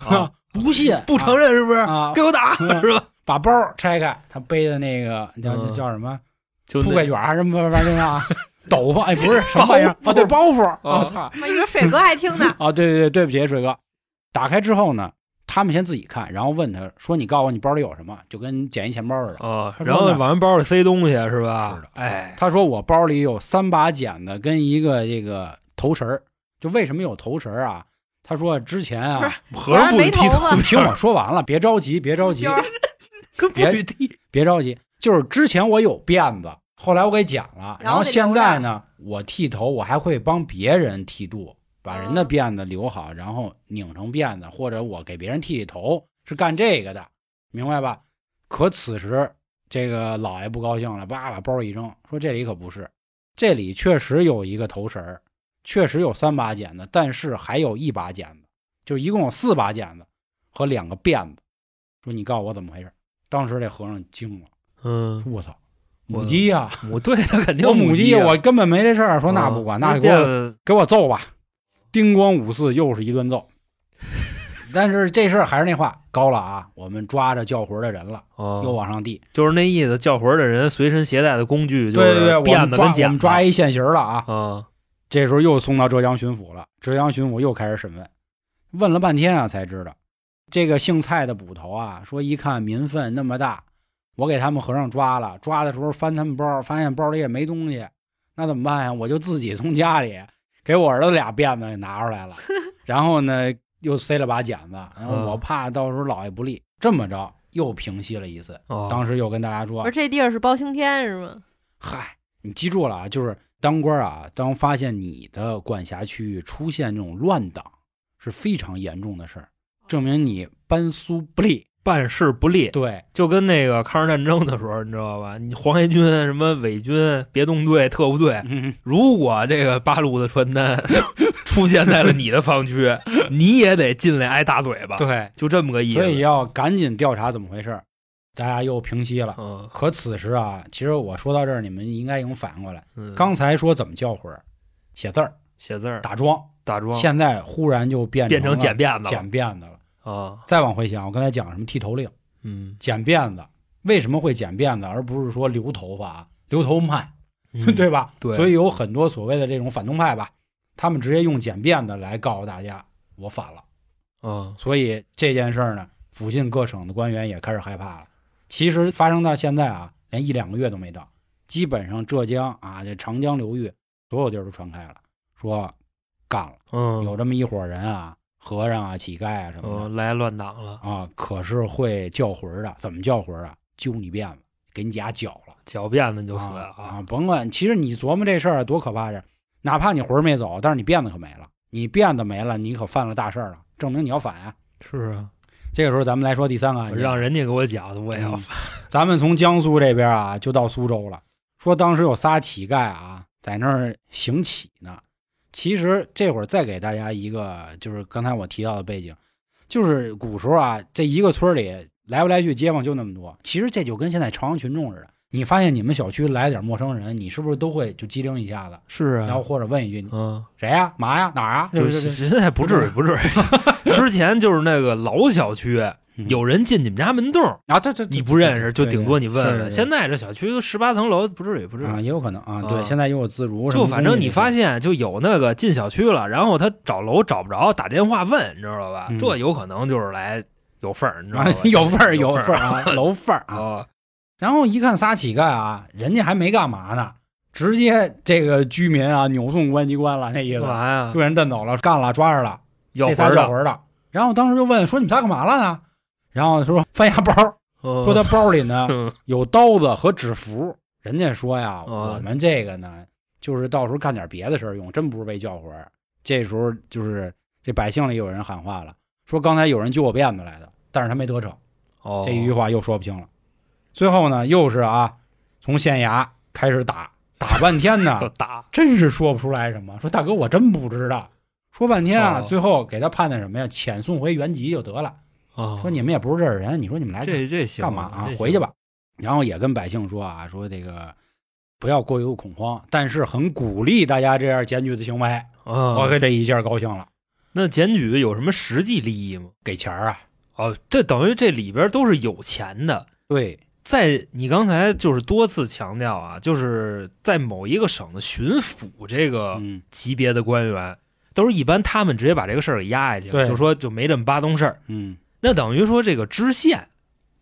的，
啊
不信
不承认是不是？
啊，
给我打
嗯
是吧？
把包拆开，他背的那个叫
嗯
叫什么
就
铺
那
盖卷儿什么玩意儿 啊，斗篷哎不是什么玩意儿
包袱
啊，对包袱，
啊
我操，。
妈，一会儿水哥还听呢
啊，对对对，对不起，水哥。打开之后呢，他们先自己看，然后问他说：“你告诉我你包里有什么？”就跟捡一钱包似的。
哦，
他说
然后
呢
往人包里塞东西是吧？
是的
哎，
他说：“我包里有三把剪子跟一个这个头绳儿。就为什么有头绳儿啊？他说之前
不是
啊，
和尚不许剃
没头发
头
你听我说完了，别着急， 别着急啊
就，是
跟不许剃
别着急。就是之前我有辫子，后来我给剪了，
然
然
后
后
得
现
留着
在呢，我剃头，我还会帮别人剃度。
嗯
把人的辫子留好，然后拧成辫子，或者我给别人剃剃头，是干这个的，明白吧？可此时这个老爷不高兴了，叭把包一扔，说这里可不是，这里确实有一个头绳儿，确实有三把剪子，但是还有一把剪子，就一共有四把剪子和两个辫子。说你告诉我怎么回事？当时这和尚惊了，
嗯，
说我操，
我
母鸡呀、
母对他肯定
我母
鸡
鸡，
啊，
我根本没这事儿。说那
啊
不管，那给
变
我
了
给我揍吧！叮咣五四又是一顿揍。 但是这事儿还是那话，高了啊！我们抓着叫魂的人了，
啊
又往上递。
就是那意思，叫魂儿的人随身携带的工具就
对对
是
对，我
辫
们抓
子跟
我们
剪子
抓一现行了啊！
啊，
这时候又送到浙江巡抚了，浙江巡抚又开始审问，问了半天啊，才知道这个姓蔡的捕头啊，说一看民愤那么大，我给他们和尚抓了，抓的时候翻他们包，发现包里也没东西，那怎么办呀？我就自己从家里给我儿子俩辫子给拿出 来了，然后呢又塞了把剪子，然后我怕到时候老爷不利，这么着又平息了一次。
啊
当时又跟大家说
不是，这地儿是包青天是吗？
嗨，你记住了啊，就是当官啊，当发现你的管辖区域出现这种乱党，是非常严重的事儿，证明你班苏不利。
办事不力，
对
就跟那个抗日战争的时候，你知道吧？你黄协军、什么伪军、别动队、特务队，
嗯
如果这个八路的传单 出现在了你的防区，你也得进来挨大嘴巴，
哦对，
就这么个意思。
所以要赶紧调查怎么回事儿，大家又平息了。
嗯
可此时啊，其实我说到这儿，你们应该已经反应过来，
嗯，
刚才说怎么叫魂儿，写字儿、
写字儿
打桩，
打桩，
现在忽然就变
变
成
成剪辫
了
子了
剪辫子了。
啊，
再往回想，我刚才讲什么剃头令。
嗯，
剪辫子，为什么会剪辫子，而不是说留头发啊？留头慢，
嗯
对吧？
对
所以有很多所谓的这种反动派吧，他们直接用剪辫子来告诉大家我反了。
啊，
所以这件事儿呢，附近各省的官员也开始害怕了。其实发生到现在啊，连一两个月都没到，基本上浙江啊，这长江流域所有地儿都传开了，说干了，
嗯，
有这么一伙人啊，和尚啊、乞丐啊什么的，
嗯，来乱党了，
啊，可是会叫魂儿的，怎么叫魂儿啊？揪你辫子，给你俩绞了，
狡辩子就死了
啊啊！甭管，其实你琢磨这事儿啊多可怕是，哪怕你魂儿没走，但是你辫子可没了，你辫子没了，你可犯了大事儿了，证明你要反啊。
是啊，
这个时候咱们来说第三个案
我
件，
让人家给我讲的，我也要
啊嗯咱们从江苏这边啊，就到苏州了。说当时有仨乞丐啊，在那儿行乞呢。其实这会儿再给大家一个，就是刚才我提到的背景，就是古时候啊，这一个村里来不来去街坊就那么多。其实这就跟现在朝阳群众似的，你发现你们小区来点陌生人，你是不是都会就机灵一下子，
是啊
然后，或者问一句
嗯。
谁呀、嘛呀、哪儿啊？
就
对对
是
对
现在不至于，不至于。 之前就是那个老小区，
嗯
有人进你们家门洞，
啊，对对，对
你不认识，就
对
顶多你问
是
问。
是
现在这小区都十八层楼，不至于，不至
啊，
于。
也有可能啊，对，
啊
现在又有自如什么东西这些，
就反正你发现就有那个进小区了，然后他找楼找不着，打电话问，你知道吧
嗯？
这有可能就是来有份儿，你知道
啊
吧？
有份儿
有
有份儿
儿
啊，楼份儿啊，
啊！
然后一看仨乞丐啊，人家还没干嘛呢，直接这个居民啊扭送公安机关了，那意
干
思
嘛呀
就？给人蹬走了，干了，抓着了，
要
这
魂
仨
儿
叫
的，
魂的。然后当时就问说你们仨干嘛了呢？然后说翻下包，说
说
他包里呢
嗯
有刀子和纸符。人家说呀，
哦
我们这个呢就是到时候干点别的事儿用，真不是为叫魂儿。这时候就是这百姓里有人喊话了，说刚才有人揪我辫子来的，但是他没得逞。
哦
这一句话又说不清了。最后呢，又是啊，从县衙开始打，打半天
要
呢，
打
真是说不出来什么。说大哥，我真不知道。说半天啊，
哦
最后给他判的什么呀？遣送回原籍就得了。
啊
说你们也不是这儿人，你说你们来干
这这行
干嘛啊
这？行
回去吧。然后也跟百姓说啊，说这个不要过于恐慌，但是很鼓励大家这样检举的行为。我
啊！
给这一下高兴了，
那检举有什么实际利益吗？
给钱儿啊。
哦，这等于这里边都是有钱的。
对，
在你刚才就是多次强调啊，就是在某一个省的巡抚这个
嗯，
级别的官员，都是一般他们直接把这个事儿给压下去了，
对
就说就没这么巴东事儿。
嗯，
那等于说这个知县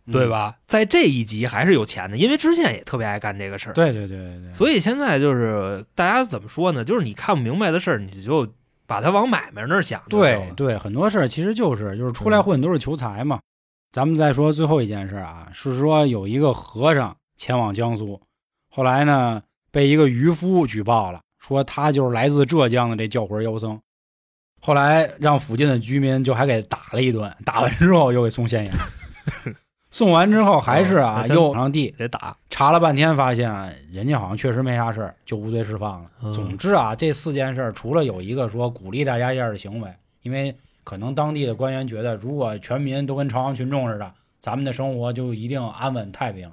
嗯
对？吧，在这一级还是有钱的，因为知县也特别爱干这个事儿。，
对对对对对。
所以现在就是大家怎么说呢？就是你看不明白的事儿，你就把它往买卖那儿想就行
对
了。
对，很多事儿其实就是就是出来
嗯
混都是求财嘛。咱们再说最后一件事儿啊，是说有一个和尚前往江苏，后来呢被一个渔夫举报了，说他就是来自浙江的这教魂妖僧。后来让附近的居民就还给打了一顿，打完之后又给送 县衙，送完之后还是啊、
哦
又往上递，
得打，
查了半天，发现啊人家好像确实没啥事儿，就无罪释放了。
嗯
总之啊，这四件事儿，除了有一个说鼓励大家厌世行为，因为可能当地的官员觉得，如果全民都跟朝阳群众似的，咱们的生活就一定安稳太平。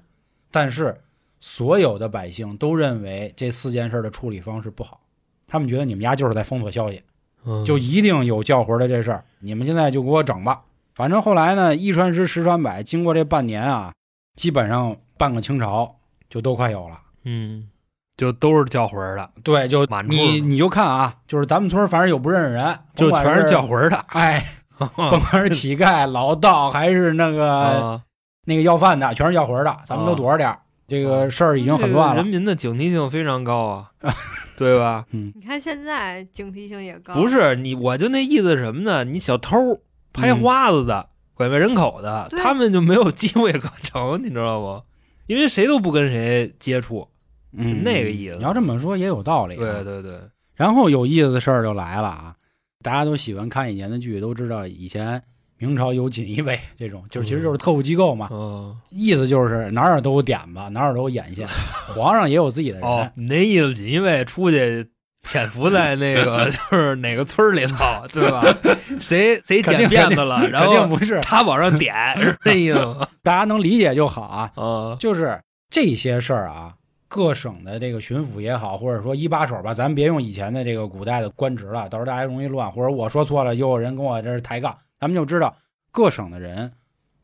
但是所有的百姓都认为这四件事儿的处理方式不好，他们觉得你们家就是在封锁消息。
嗯
就一定有叫魂儿的这事儿。你们现在就给我整吧。反正后来呢，一传十，十传百，经过这半年啊，基本上半个清朝就都快有了。
嗯，就都是叫魂儿的，
对，就
满处
你
了
你就看啊，就是咱们村儿反正有不认识人，
就
甭管
全是叫魂儿的。
哎，甭管是乞丐、老道还是那个、
啊，
那个要饭的，全是叫魂儿的，咱们都躲着点儿。这个事儿已经很乱
啊这个
了
人，民的警惕性非常高啊，对吧？
你看现在警惕性也高，
不是你，我就那意思是什么呢？你小偷、
嗯
拍花子的、拐卖人口的，
对
他们就没有机会可乘，你知道吗？因为谁都不跟谁接触。
嗯，
那个意思
你要这么说也有道理、啊。
对对对，
然后有意思的事儿就来了啊！大家都喜欢看以前的剧，都知道以前明朝有锦衣卫 这种，就是其实就是特务机构嘛，
嗯，
意思就是哪儿都有点子，哪儿都有眼线，皇上也有自己的人。
哦，你那意思仅因为出去潜伏在那 个就是哪个村儿里头，对吧？谁谁
肯
剪
定
辫子了，然
肯定
后
不是，
他往上点，是那 意思吗？
大家能理解就好啊。
啊，
就是这些事儿啊，各省的这个巡抚也好，或者说一把手吧，咱别用以前的这个古代的官职了，到时候大家容易乱，或者我说错了，又有人跟我这儿抬杠，咱们就知道各省的人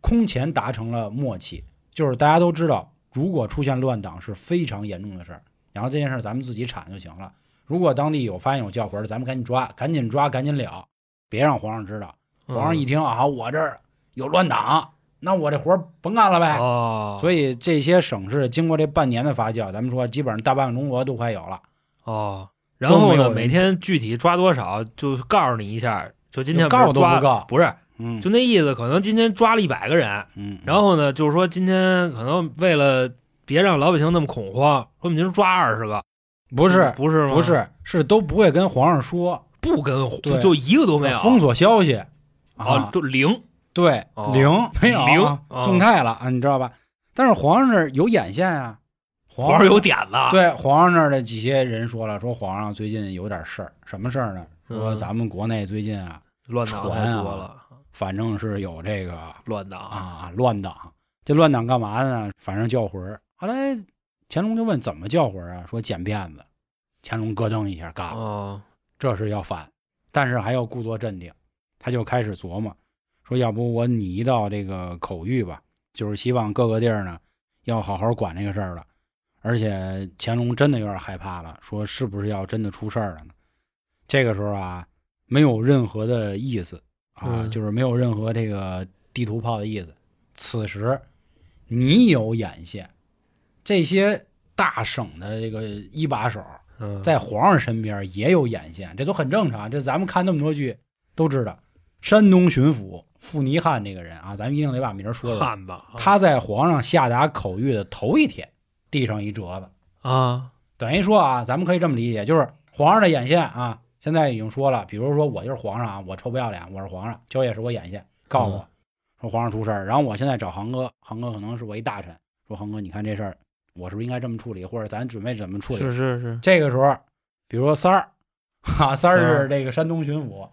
空前达成了默契，就是大家都知道，如果出现乱党是非常严重的事儿，然后这件事儿咱们自己铲就行了。如果当地有发现有叫魂儿，咱们赶紧抓，赶紧抓，赶紧了，别让皇上知道。皇
嗯
上一听啊，我这儿有乱党，那我这活儿甭干了呗。
哦，
所
以
以这些省市经过这半年的发酵，咱们说基本上大半个中国都快有了。
哦，然后
没有
呢，
人
每天具体抓多少，就告诉你一下。就今天
就告诉
不是抓
都不告
不是，
嗯
就那意思，可能今天抓了一百个人，
嗯，
然后呢，就是说今天可能为了别让老百姓那么恐慌，说我们今儿抓二十个，
不是
嗯不是吗
不是是都不会跟皇上说，
不跟
对
就就一个都没有
封锁消息
啊，
啊，
就零
对
哦
零没有
零
啊
啊
动态了啊，你知道吧？但是皇上那儿有眼线啊，
皇
上
上嗯有点子，
对皇上那儿的几些人说了，说皇上最近有点事儿，什么事儿呢？说
嗯
咱们国内最近啊，
乱党太多了，
反正是有这个
乱党，
啊，乱党。这乱党干嘛的呢？反正叫魂儿。后来乾隆就问怎么叫魂儿啊？说剪辫子。乾隆咯噔一下干了，
哦，
这是要反，但是还要故作镇定。他就开始琢磨，说要不我拟一道这个口谕吧，就是希望各个地儿呢要好好管这个事儿了。而且乾隆真的有点害怕了，说是不是要真的出事儿了呢？这个时候啊，没有任何的意思啊，
嗯
就是没有任何这个地图炮的意思。此时，你有眼线，这些大省的这个一把手
嗯，
在皇上身边也有眼线，这都很正常。这咱们看那么多剧都知道，山东巡抚傅尼汉这个人啊，咱们一定得把名儿说出来。
汉吧，啊
他在皇上下达口谕的头一天，递上一折子，
啊，
等于说啊，咱们可以这么理解，就是皇上的眼线啊，现在已经说了，比如说我就是皇上啊，我臭不要脸，我是皇上，交也是我眼线，告诉我、说皇上出事儿，然后我现在找航哥，航哥可能是我一大臣，说航哥，你看这事儿，我是不是应该这么处理，或者咱准备怎么处理？
是是是，
这个时候，比如说三儿，哈、三
三
儿
儿
是这个山东巡抚，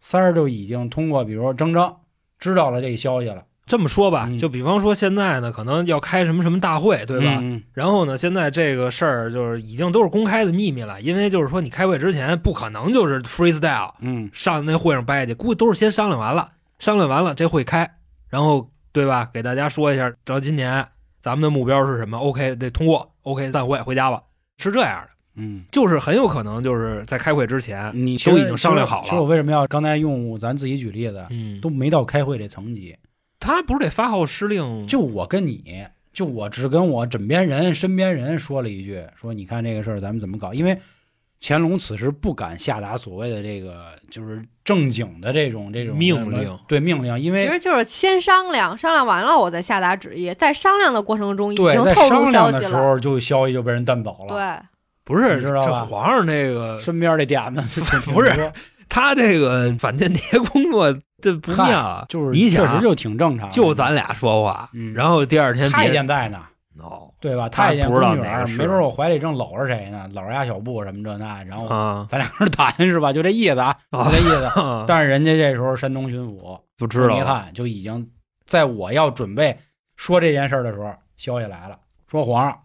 三儿就已经通过比如说铮铮知道了这个消息了，
这么说吧
嗯，
就比方说现在呢，可能要开什么什么大会，对吧？
嗯
然后呢，现在这个事儿就是已经都是公开的秘密了，因为就是说你开会之前不可能就是 freestyle
嗯，
上那会上掰去，估计都是先商量完了，商量完了这会开，然后对吧？给大家说一下，只要今年咱们的目标是什么？OK，得通过，OK 散会回家吧，是这样的，
嗯
就是很有可能就是在开会之前，
嗯，你
都已经商量好
其实我
了。
为什么要刚才用咱自己举例子，
嗯，
都没到开会这层级，
他不是得发号施令，
就我跟你。就我只跟我枕边人、身边人说了一句，说你看这个事儿咱们怎么搞？因为乾隆此时不敢下达所谓的这个就是正经的这种这种
命
什么
令
对命令，因为
其实就是先商量，商量完了我再下达旨意，在商量的过程中已
对，
经
在
透
商
露
量
消
的
息
时
了，
候啊就消息就被人担保了。
对，
不是
你知道吧
这皇上那个
身边这点子
不是他这个反间谍工作这不
嗨
妙啊，
就是
你
确
想
实
啊
就挺正常的，
就咱俩说话，
嗯
然后第二天
太
别
监在呢，
哦
对吧？
他
太监
不知道
宫女
哪
儿
个是
没准我怀里正搂着谁呢，搂着丫小布什么这那，然后
啊
咱俩人谈是吧？就这意思啊，就
啊
这意思。
啊，
但是人家这时候山东巡抚
不知道
一
了
看就已经在我要准备说这件事儿的时候，消息来了，说皇上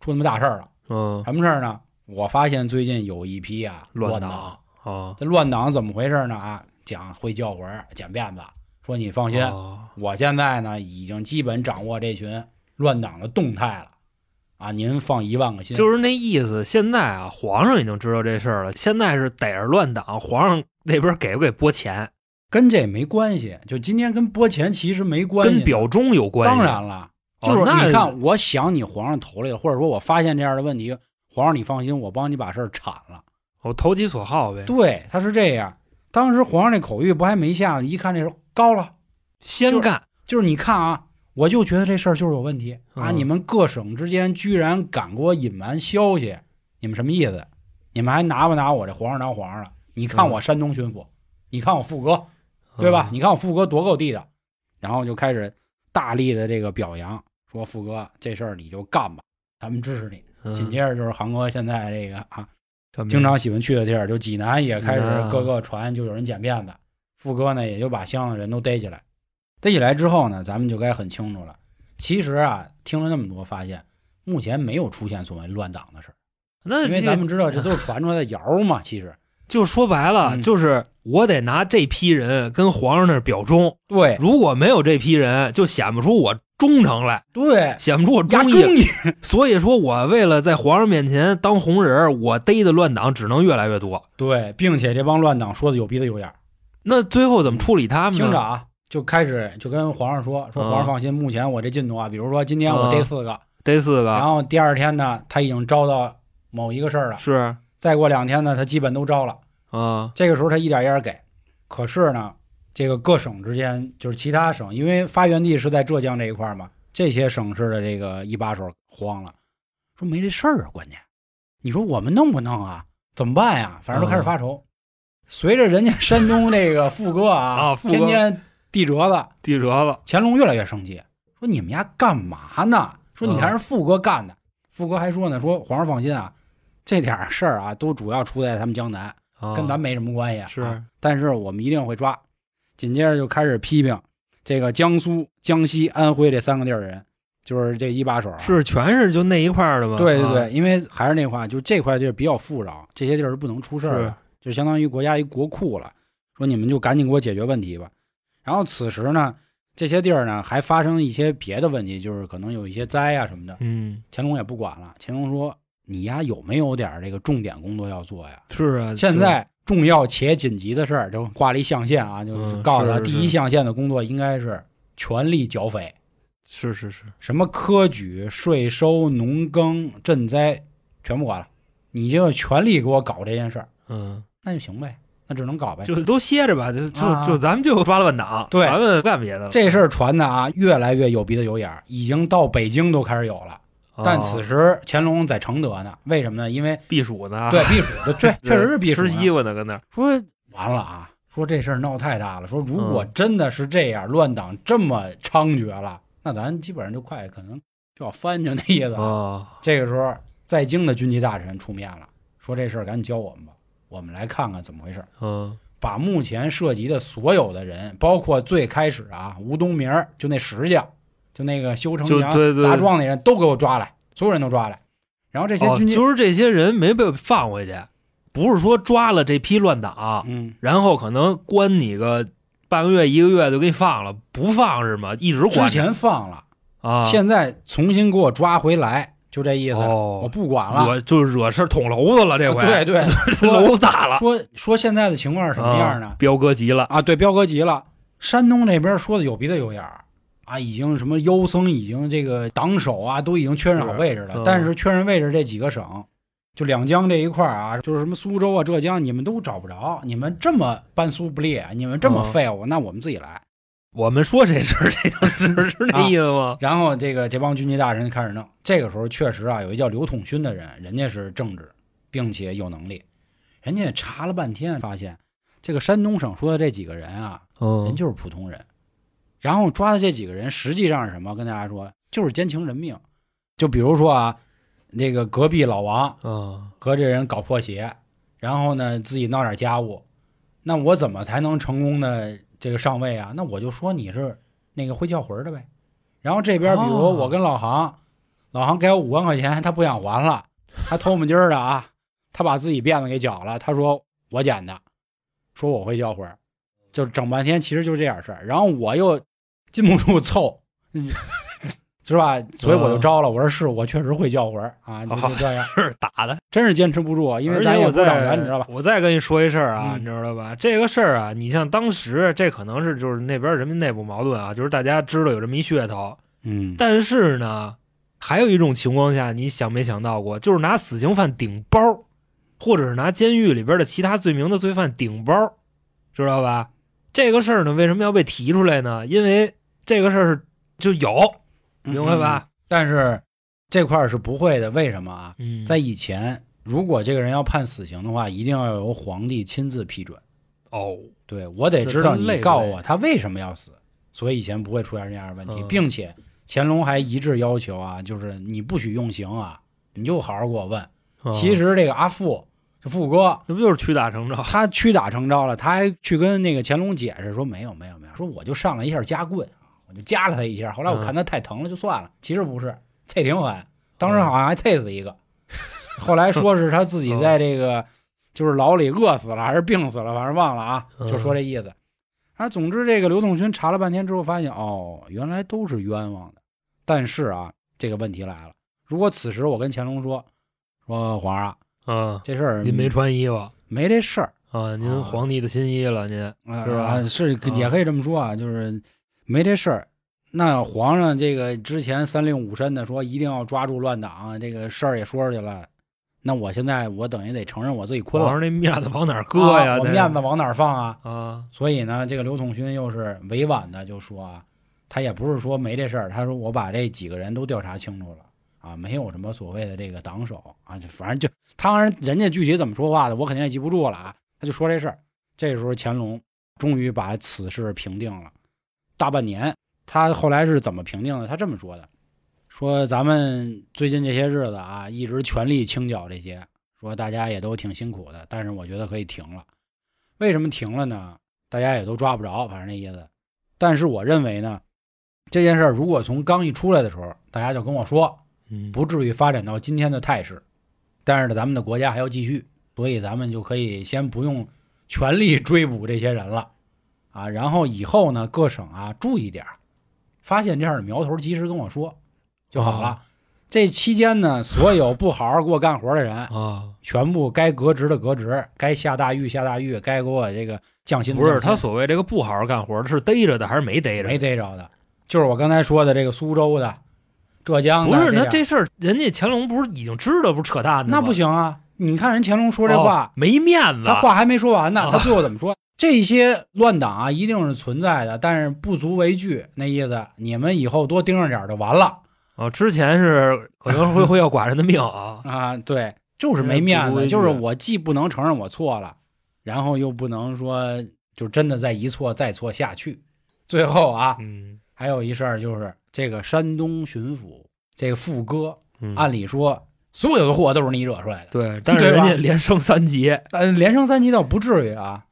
出他妈大事儿了。
嗯，
什么事儿呢？我发现最近有一批啊
乱
党，
啊，
这乱党怎么回事呢？啊，讲会叫魂儿，剪辫子，说你放心，
哦
我现在呢已经基本掌握这群乱党的动态了，啊，您放一万个心，
就是那意思。现在啊，皇上已经知道这事儿了，现在是逮着乱党，皇上那边给不给拨钱，
跟这没关系，就今天跟拨钱其实没关系，
跟表忠有关系。
当，然了，
哦
就是
那
你看，我想你皇上头里了，或者说我发现这样的问题，皇上你放心，我帮你把事儿铲了。
我投其所好呗，
对，他是这样。当时皇上那口谕不还没下呢，一看这时候高了，
先干。
就是你看啊，我就觉得这事儿就是有问题啊！
嗯
你们各省之间居然敢给我隐瞒消息，你们什么意思？你们还拿不拿我这皇上当皇上了？你看我山东巡抚，你看我副哥，对吧？
嗯
你看我副哥多够地道，然后就开始大力的这个表扬，说副哥这事儿你就干吧，咱们支持你。
嗯
紧接着就是韩国现在这个啊，
这么
经常喜欢去的地儿，就济南也
济
开始
南啊
各个船就有人捡辫子，副哥呢也就把乡下人都逮起来，逮起来之后呢，咱们就该很清楚了。其实啊，听了那么多，发现目前没有出现所谓乱党的事儿，
那
因为
这嗯
咱们知道这都是传出来的谣儿嘛。其实
就说白了，
嗯
就是我得拿这批人跟皇上那儿表忠，
对
如果没有这批人，就显不出我忠诚来，
对，
显不出我
压
忠义来。
中意
所以说我为了在皇上面前当红人儿，我逮的乱党只能越来越多。
对，并且这帮乱党说的有鼻子有眼儿。
那最后怎么处理他们呢？
听着啊，就开始就跟皇上说，说皇上
嗯
放心，目前我这进度啊，比如说今天我逮
嗯
四个，
逮四
然
个
后第二天呢，他已经招到某一个事儿了。
是啊、
再过两天呢，他基本都招了。这个时候他一点一点给，可是呢，这个各省之间就是其他省，因为发源地是在浙江这一块儿嘛，这些省市的这个一把手慌了，说没这事儿啊，关键，你说我们弄不弄啊？怎么办呀？反正
嗯
都开始发愁。随着人家山东这个 副哥啊，
啊副哥
天天递折子，
地折子，
乾隆越来越生气，说你们家干嘛呢？说你
嗯
还是副哥干的。副哥还说呢，说皇上放心啊，这点儿事儿啊，都主要出在他们江南，
啊、
跟咱没什么关系啊。
是
但是我们一定会抓。紧接着就开始批评这个江苏、江西、安徽这三个地儿的人，就是这一把手、啊。，
是全是就那一块儿的吗？
对对
啊
对，因为还是那话，就这块地儿比较富饶，这些地儿是不能出事儿的
是，
就相当于国家一国库了。说你们就赶紧给我解决问题吧。然后此时呢，这些地儿呢还发生一些别的问题，就是可能有一些灾啊什么的。
嗯，
乾隆也不管了，乾隆说：“你呀有没有点儿这个重点工作要做呀？
是啊。
现
就
在重要且紧急的事儿，就画了一象限啊，就是
嗯
告诉他，
是
第
是
一象限的工作应该是全力剿匪，
是是是，
什么科举、税收、农耕、赈灾，全不管了，你就全力给我搞这件事儿，
嗯，
那就行呗，那只能搞呗。
就都歇着吧，就就、
啊
就咱们就抓乱党，
对
咱们不干别的了。
这事儿传的啊，越来越有鼻子有眼儿，已经到北京都开始有了。
啊
但此时乾隆在承德呢，为什么呢？因为
避暑呢，
对避暑， 对确确实是避暑
啊吃
呢。
西瓜呢，搁那儿
说完了啊，说这事儿闹太大了。说如果
嗯
真的是这样，乱党这么猖獗了，那咱基本上就快可能就要翻就那意思。
啊，
这个时候，在京的军机大臣出面了，说这事儿赶紧教我们吧，我们来看看怎么回事儿。
嗯
把目前涉及的所有的人，包括最开始啊吴东明儿，就那石匠，就那个修城
就
墙
对对
砸庄那人，都给我抓来，所有人都抓来。然后这些
哦，
军机，
就是这些人没被放回去，不是说抓了这批乱党，
嗯，
然后可能关你个半个月一个月就给你放了，不放是吗？一直关着
之前放了，
啊，
现在重新给我抓回来，就这意思。
哦
我不管了。
惹就是惹事儿捅娄子了，这回
对对，说
娄子大了，
说说现在的情况是 什么样呢
啊？彪哥急了，
啊，对，彪哥急了，山东那边说的有鼻子有眼儿啊，已经什么妖僧已经这个党首啊，都已经确认好
是
位置了
嗯。
但是确认位置这几个省，就两江这一块儿啊，就是什么苏州啊、浙江，你们都找不着，你们这么班苏不列，你们这么
嗯
废物，那我们自己来。
我们说谁是谁就是是 那意思吗？
然后这个这帮军机大臣开始弄。这个时候确实啊，有一叫刘统勋的人，人家是政治，并且有能力，人家查了半天，发现这个山东省说的这几个人啊，人
嗯，
就是普通人。然后抓的这几个人实际上是什么？跟大家说，就是奸情人命。就比如说啊，那个隔壁老王
啊，
和这人搞破鞋，然后呢自己闹点家务，那我怎么才能成功的这个上位啊？那我就说你是那个会叫魂儿的呗。然后这边比如
哦
我跟老航，老航给我五万块钱，他不想还了，他偷我们今儿的啊，他把自己辫子给绞了，他说我剪的，说我会叫魂儿，就整半天其实就这点事儿。然后我又禁不住凑。嗯 是吧？所以我就招了。我说是我确实会叫魂儿啊，就就这样。
是打的，
真是坚持不住，啊因为
而
咱
且
也
我
不掌
再
权，你知道吧？
我再跟你说一事儿啊，
嗯
你知道吧？这个事儿啊，你像当时这可能是就是那边人民内部矛盾啊，就是大家知道有这么一噱头，
嗯，
但是呢，还有一种情况下，你想没想到过，就是拿死刑犯顶包，或者是拿监狱里边的其他罪名的罪犯顶包，知道吧？这个事儿呢，为什么要被提出来呢？因为这个事儿是就有，
嗯
明白吧？
但是这块儿是不会的，为什么啊？
嗯，
在以前，如果这个人要判死刑的话，一定要由皇帝亲自批准。
哦，
对我得知道
那他
你
累不
告
累
我他为什么要死，所以以前不会出现这样的问题，
嗯
并且乾隆还一致要求啊，就是你不许用刑啊，你就好好给我问。
嗯哦
其实这个阿富，这富哥，
那不就是屈打成招？
啊他屈打成招了，他还去跟那个乾隆解释说没有没有没有，说我就上了一下夹棍，啊我就夹了他一下，后来
嗯
我看他太疼了就算了，其实不是，啐挺狠，当
嗯
时好像还啐死一个，后来说是他自己在这个就是牢里饿死了还是病死了，反正忘了啊，
嗯
就说这意思。啊，总之这个刘洞勋查了半天之后发现，哦，原来都是冤枉的。但是啊，这个问题来了，如果此时我跟乾隆说说皇上啊，
嗯，
这事儿
您没穿衣服
没这事儿。
啊？
啊
您皇帝的新衣了，您
啊
是吧
是可也
啊
可以这么说啊，就是没这事儿。那皇上这个之前三令五申的说一定要抓住乱党，这个事儿也说出去了。那我现在我等于得承认我自己
皇
亏了，
上那面子往哪儿搁呀？
啊我
得
面子往哪儿放啊？
啊，
所以呢，这个刘统勋又是委婉的就说啊，他也不是说没这事儿，他说我把这几个人都调查清楚了啊，没有什么所谓的这个党首啊，就反正就当然人家具体怎么说话的，我肯定也记不住了啊，他就说这事儿。这时候乾隆终于把此事平定了，大半年，他后来是怎么平定的？他这么说的，说咱们最近这些日子啊，一直全力清剿这些，说大家也都挺辛苦的，但是我觉得可以停了。为什么停了呢？大家也都抓不着，反正那意思。但是我认为呢，这件事儿如果从刚一出来的时候，大家就跟我说，
嗯，
不至于发展到今天的态势。但是呢，咱们的国家还要继续，所以咱们就可以先不用全力追捕这些人了啊。然后以后呢，各省啊注意点儿，发现这样的苗头及时跟我说就好了。
哦
这期间呢，所有不好好给我干活的人，
啊，
全部该革职的革职，该下大狱下大狱，该给我这个降薪的
不是
降薪
他所谓这个不好好干活的是逮着的还是没逮着？
没逮着的，就是我刚才说的这个苏州的、浙江的
不是，
这
那
样
这事儿人家乾隆不是已经知道不是扯淡的吗？
那不行啊！你看人乾隆说这
哦
话，
没面子，
他话还没说完呢，
啊
他最后怎么说？这些乱党啊，一定是存在的，但是不足为惧。那意思，你们以后多盯着点儿就完了
啊，之前是可能会会要寡人的 命啊，
啊！对，就是
嗯
没面
不足
子，
为
就是
惧
我既不能承认我错了，然后又不能说就真的再一错再错下去。最后啊，
嗯
还有一事儿就是这个山东巡抚这个副歌，
嗯，
按理说所有的祸都是你惹出来的，
对，但是
对
人
吧
家连升三级，
呃，连升三级倒不至于啊，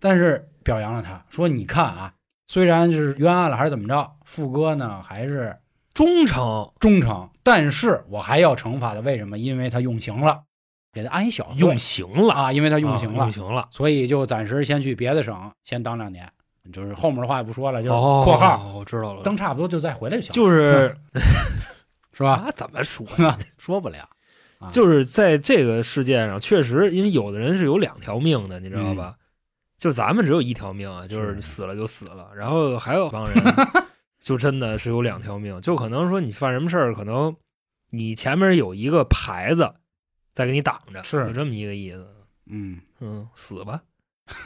但是表扬了他，说你看啊，虽然是冤案了还是怎么着，富哥呢还是
忠诚
忠诚，但是我还要惩罚他，为什么？因为他用刑了，给他安一小罪
用刑了，
啊，因为他用
啊
刑了，
用刑了，
所以就暂时先去别的省先当两年，就是后面的话也不说了，就是
哦，
括号、
我知道了，
等差不多就再回来就行了，
就是
是吧？
啊，怎么说？
说不了，啊
就是在这个世界上，确实，因为有的人是有两条命的，你知道吧？就咱们只有一条命啊，就是
嗯是
死了就死了。然后还有帮人， 就真的是有两条命，就可能说你犯什么事儿，可能你前面有一个牌子在给你挡着，
是
有这么一个意思。
嗯。
嗯，死吧，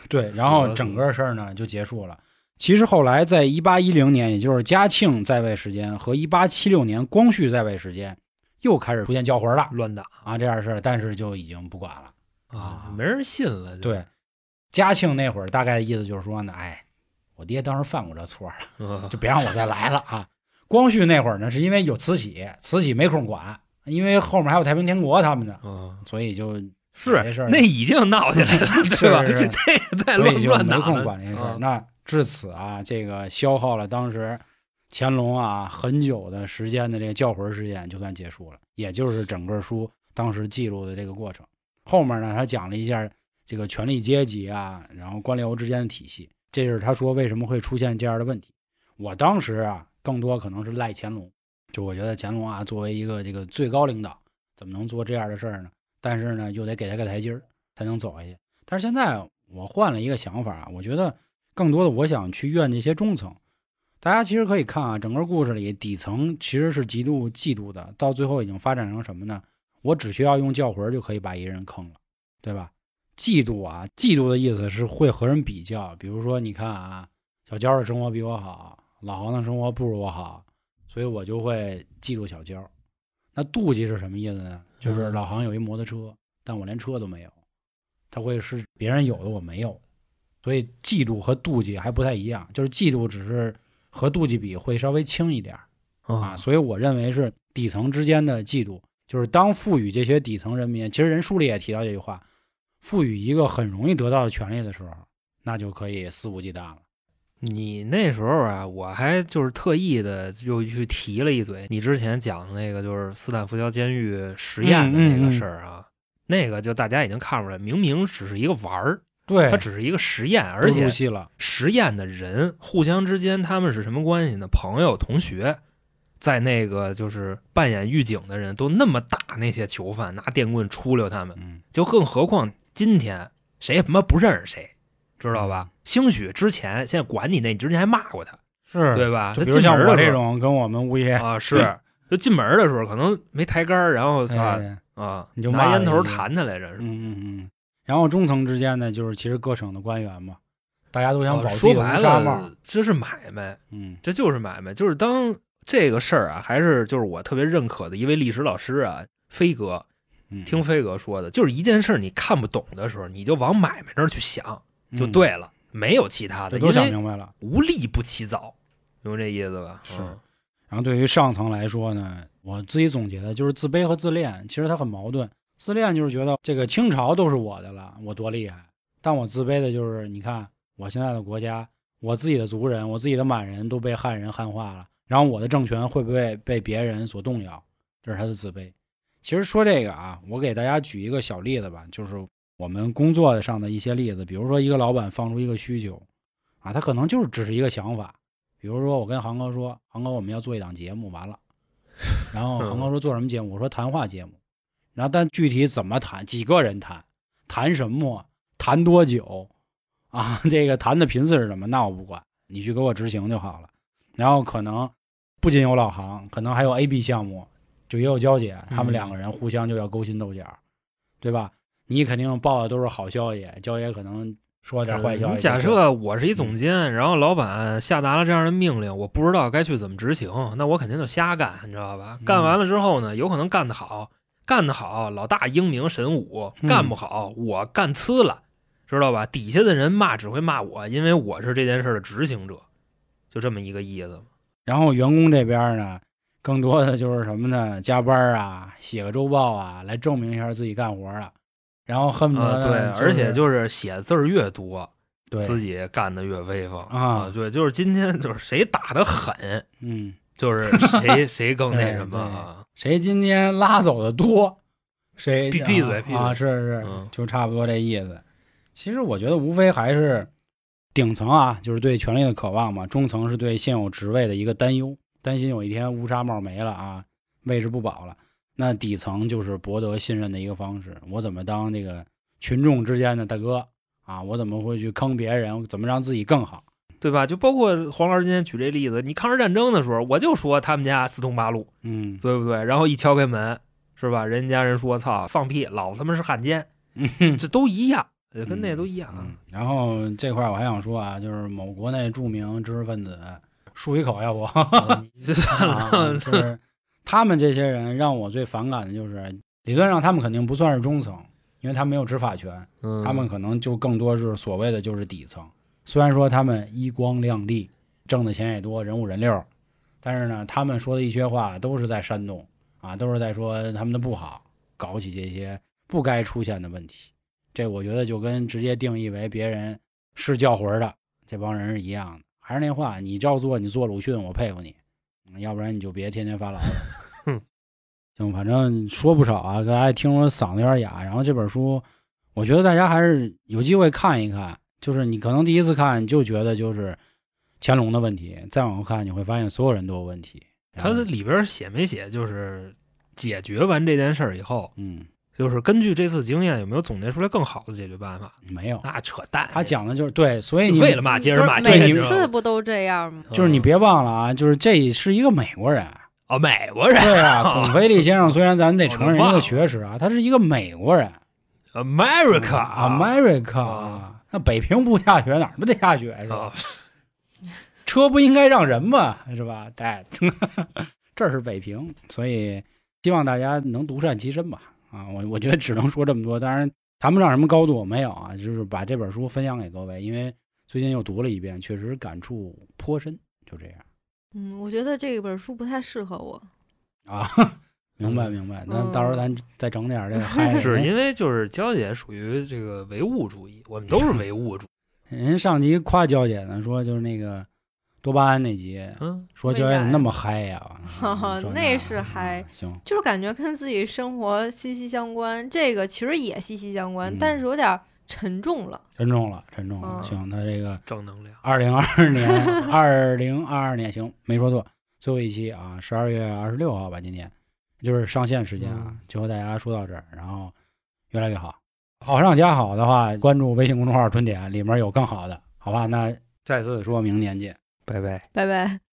对，
死
然后
了
整
是
个事儿呢就结束了。其实后来在一八一零年，也就是嘉庆在位时间和一八七六年光绪在位时间，又开始出现叫魂了
乱打
啊这样的事儿，但是就已经不管了。啊
嗯没人信了。就
对，嘉庆那会儿大概意思就是说呢，哎，我爹当时犯过这错儿了，
嗯
就别让我再来了啊。光绪那会儿呢，是因为有慈禧，慈禧没空管，因为后面还有太平天国他们呢，
嗯，
所以就这事
是
儿
那已经闹起来了， 对吧？
是是
这在
所
乱
以就
乱
没
打
空
了
管这些事儿。
嗯
那至此啊，这个消耗了当时乾隆啊很久的时间的这个教魂事件就算结束了，也就是整个书当时记录的这个过程。后面呢，他讲了一下这个权力阶级啊，然后官僚之间的体系，这是他说为什么会出现这样的问题。我当时啊，更多可能是赖乾隆，就我觉得乾隆啊，作为一个这个最高领导，怎么能做这样的事儿呢？但是呢，又得给他个台阶儿，才能走下去。但是现在我换了一个想法，我觉得更多的我想去怨这些中层。大家其实可以看啊，整个故事里底层其实是极度嫉妒的，到最后已经发展成什么呢？我只需要用教魂就可以把一个人坑了，对吧？嫉妒啊，嫉妒的意思是会和人比较，比如说你看啊，小娇的生活比我好，老黄的生活不如我好，所以我就会嫉妒小娇。那妒忌是什么意思呢？就是
嗯
老黄有一摩托车，但我连车都没有，他会是别人有的我没有的，所以嫉妒和妒忌还不太一样，就是嫉妒只是和妒忌比会稍微轻一点儿啊，
啊，
所以我认为是底层之间的嫉妒，就是当赋予这些底层人民，其实人书里也提到这句话，赋予一个很容易得到的权利的时候，那就可以肆无忌惮了。
你那时候啊，我还就是特意的又去提了一嘴你之前讲的那个，就是斯坦福桥监狱实验的
嗯
那个事儿啊，那个就大家已经看出来，明明只是一个玩儿，
对，
它只是一个实验，
不
而且
入戏了，
实验的人互相之间他们是什么关系呢？朋友、同学，在那个就是扮演狱警的人都那么打那些囚犯，拿电棍出溜他们，
嗯，
就更何况今天谁也他妈不认识谁，知道
嗯
吧？兴许之前现在管你那，你之前还骂过他，
是
对吧？
就
他
比如
进
像
门
我
的
这
时候
种跟我们物 业，
啊，是就进门的时候可能没抬杆儿，然后啊
哎
啊，
你就骂
拿烟头
人家
弹他来着，是吧
嗯嗯嗯，然后中层之间呢，就是其实各省的官员嘛，大家都想嗯保
啊
自
说
己的
白
乌纱帽
了，这是买卖。
嗯
这就是买卖，就是当这个事儿啊，还是就是我特别认可的一位历史老师啊，飞哥，
嗯，
听飞哥说的，就是一件事儿你看不懂的时候，你就往买卖那儿去想就
嗯，
对了，没有其他
这
的，
都
因
想
为
明白了。
无利不起早，明白这意思吧？
是
嗯
然后对于上层来说呢，我自己总结的就是自卑和自恋，其实它很矛盾。自恋就是觉得这个清朝都是我的了，我多厉害；但我自卑的就是，你看我现在的国家，我自己的族人，我自己的满人都被汉人汉化了，然后我的政权会不会被别人所动摇？这是他的自卑。其实说这个啊，我给大家举一个小例子吧，就是我们工作上的一些例子，比如说一个老板放出一个需求，啊，他可能就是只是一个想法，比如说我跟航哥说，航哥我们要做一档节目，完了，然后航哥说做什么节目？我说谈话节目，然后但具体怎么谈，几个人谈，谈什么，谈多久，啊，这个谈的频次是什么？那我不管，你去给我执行就好了。然后可能不仅有老航，可能还有 A、B 项目，就也有娇姐，他们
嗯
两个人互相就要勾心斗角，对吧？你肯定报的都是好消息，娇姐可能说点坏消息。
嗯假设我是一
嗯
总监，然后老板下达了这样的命令，我不知道该去怎么执行，那我肯定就瞎干，你知道吧？干
嗯
完了之后呢，有可能干得好，干得好，老大英明神武；
嗯
干不好，我干呲了，知道吧？底下的人骂只会骂我，因为我是这件事儿的执行者，就这么一个意思嘛。
然后员工这边呢，更多的就是什么呢？加班啊，写个周报啊，来证明一下自己干活了。然后恨不
啊、
得呢、
对，而且
嗯就
就是写字儿越多，
是
自
对，
己干的越威风
啊
对，就是今天就是谁打的狠，
嗯，
就是 谁谁更那
对
什么
对
啊。
谁今天拉走的多，谁
闭闭嘴
啊
闭嘴
啊！是是
嗯，
就差不多这意思。其实我觉得无非还是顶层啊，就是对权力的渴望嘛；中层是对现有职位的一个担忧，担心有一天乌纱帽没了啊，位置不保了。那底层就是博得信任的一个方式。我怎么当这个群众之间的大哥啊？我怎么会去坑别人？我怎么让自己更好？
对吧？就包括黄老师今天举这例子，你抗日战争的时候，我就说他们家四通八路，
嗯，
对不对？然后一敲开门，是吧？人家人说操，放屁，老他妈是汉奸，这都一样，呃跟那都一样啊。
嗯，然后这块儿我还想说啊，就是某国内著名知识分子漱一口，要不？
啊你这算
啊
了，
就是他们这些人让我最反感的就是，理论上他们肯定不算是中层，因为他没有执法权，
嗯，
他们可能就更多是所谓的就是底层。虽然说他们衣光亮丽，挣的钱也多，人五人六，但是呢，他们说的一些话都是在煽动啊，都是在说他们的不好，搞起这些不该出现的问题。这我觉得就跟直接定义为别人是叫魂儿的这帮人是一样的。还是那话，你照做，你做鲁迅，我佩服你，嗯要不然你就别天天发牢骚
哼。
行，反正说不少啊，大家听说嗓子有点哑。然后这本书，我觉得大家还是有机会看一看，就是你可能第一次看就觉得就是乾隆的问题，再往后看你会发现所有人都有问题。然
他
后
里边写没写就是解决完这件事儿以后，
嗯
就是根据这次经验有没有总结出来更好的解决办法？
没有，
那扯淡，
他讲的就是对，所以
就
你
为了骂街而骂
对
街，
你
你
每
知道
次
吗
不都这样吗？
就是
嗯
你别忘了啊，就是这是一个美国人，
哦，美国人，
对啊，孔飞利先生虽然咱得
哦
承认
忘
一个
了
学识啊，他是一个美国人
America
啊，America 啊
啊，
那北平不下雪哪儿不得下雪是吧？
哦
车不应该让人嘛，是吧？对， 这是北平，所以希望大家能独善其身吧。啊，我我觉得只能说这么多。当然，谈不上什么高度，我没有啊，就是把这本书分享给各位，因为最近又读了一遍，确实感触颇深，就这样
嗯，我觉得这本书不太适合我。
啊。明白明白，咱
嗯
到时候咱再整点这个嗨。
是因为就是娇姐属于这个唯物主义，我们都是唯物主义。
人上集夸娇姐呢，说就是那个多巴胺那集，
嗯，
说娇姐怎么那么嗨呀、
哈哈
啊？这
哦那是嗨
啊行，
就是感觉跟自己生活息息相关，这个其实也息息相关，
嗯
但是有点沉重了。
沉重了，沉重了。
嗯
行，那这个
正能量。
二零二二 年，二零二二年，行，没说错，最后一期啊，十二月二十六号吧，今天就是上线时间啊
嗯，
就和大家说到这儿，然后越来越好，好上加好的话，关注微信公众号“春点”，里面有更好的，好吧？那再次说明年见。
拜拜。
拜拜。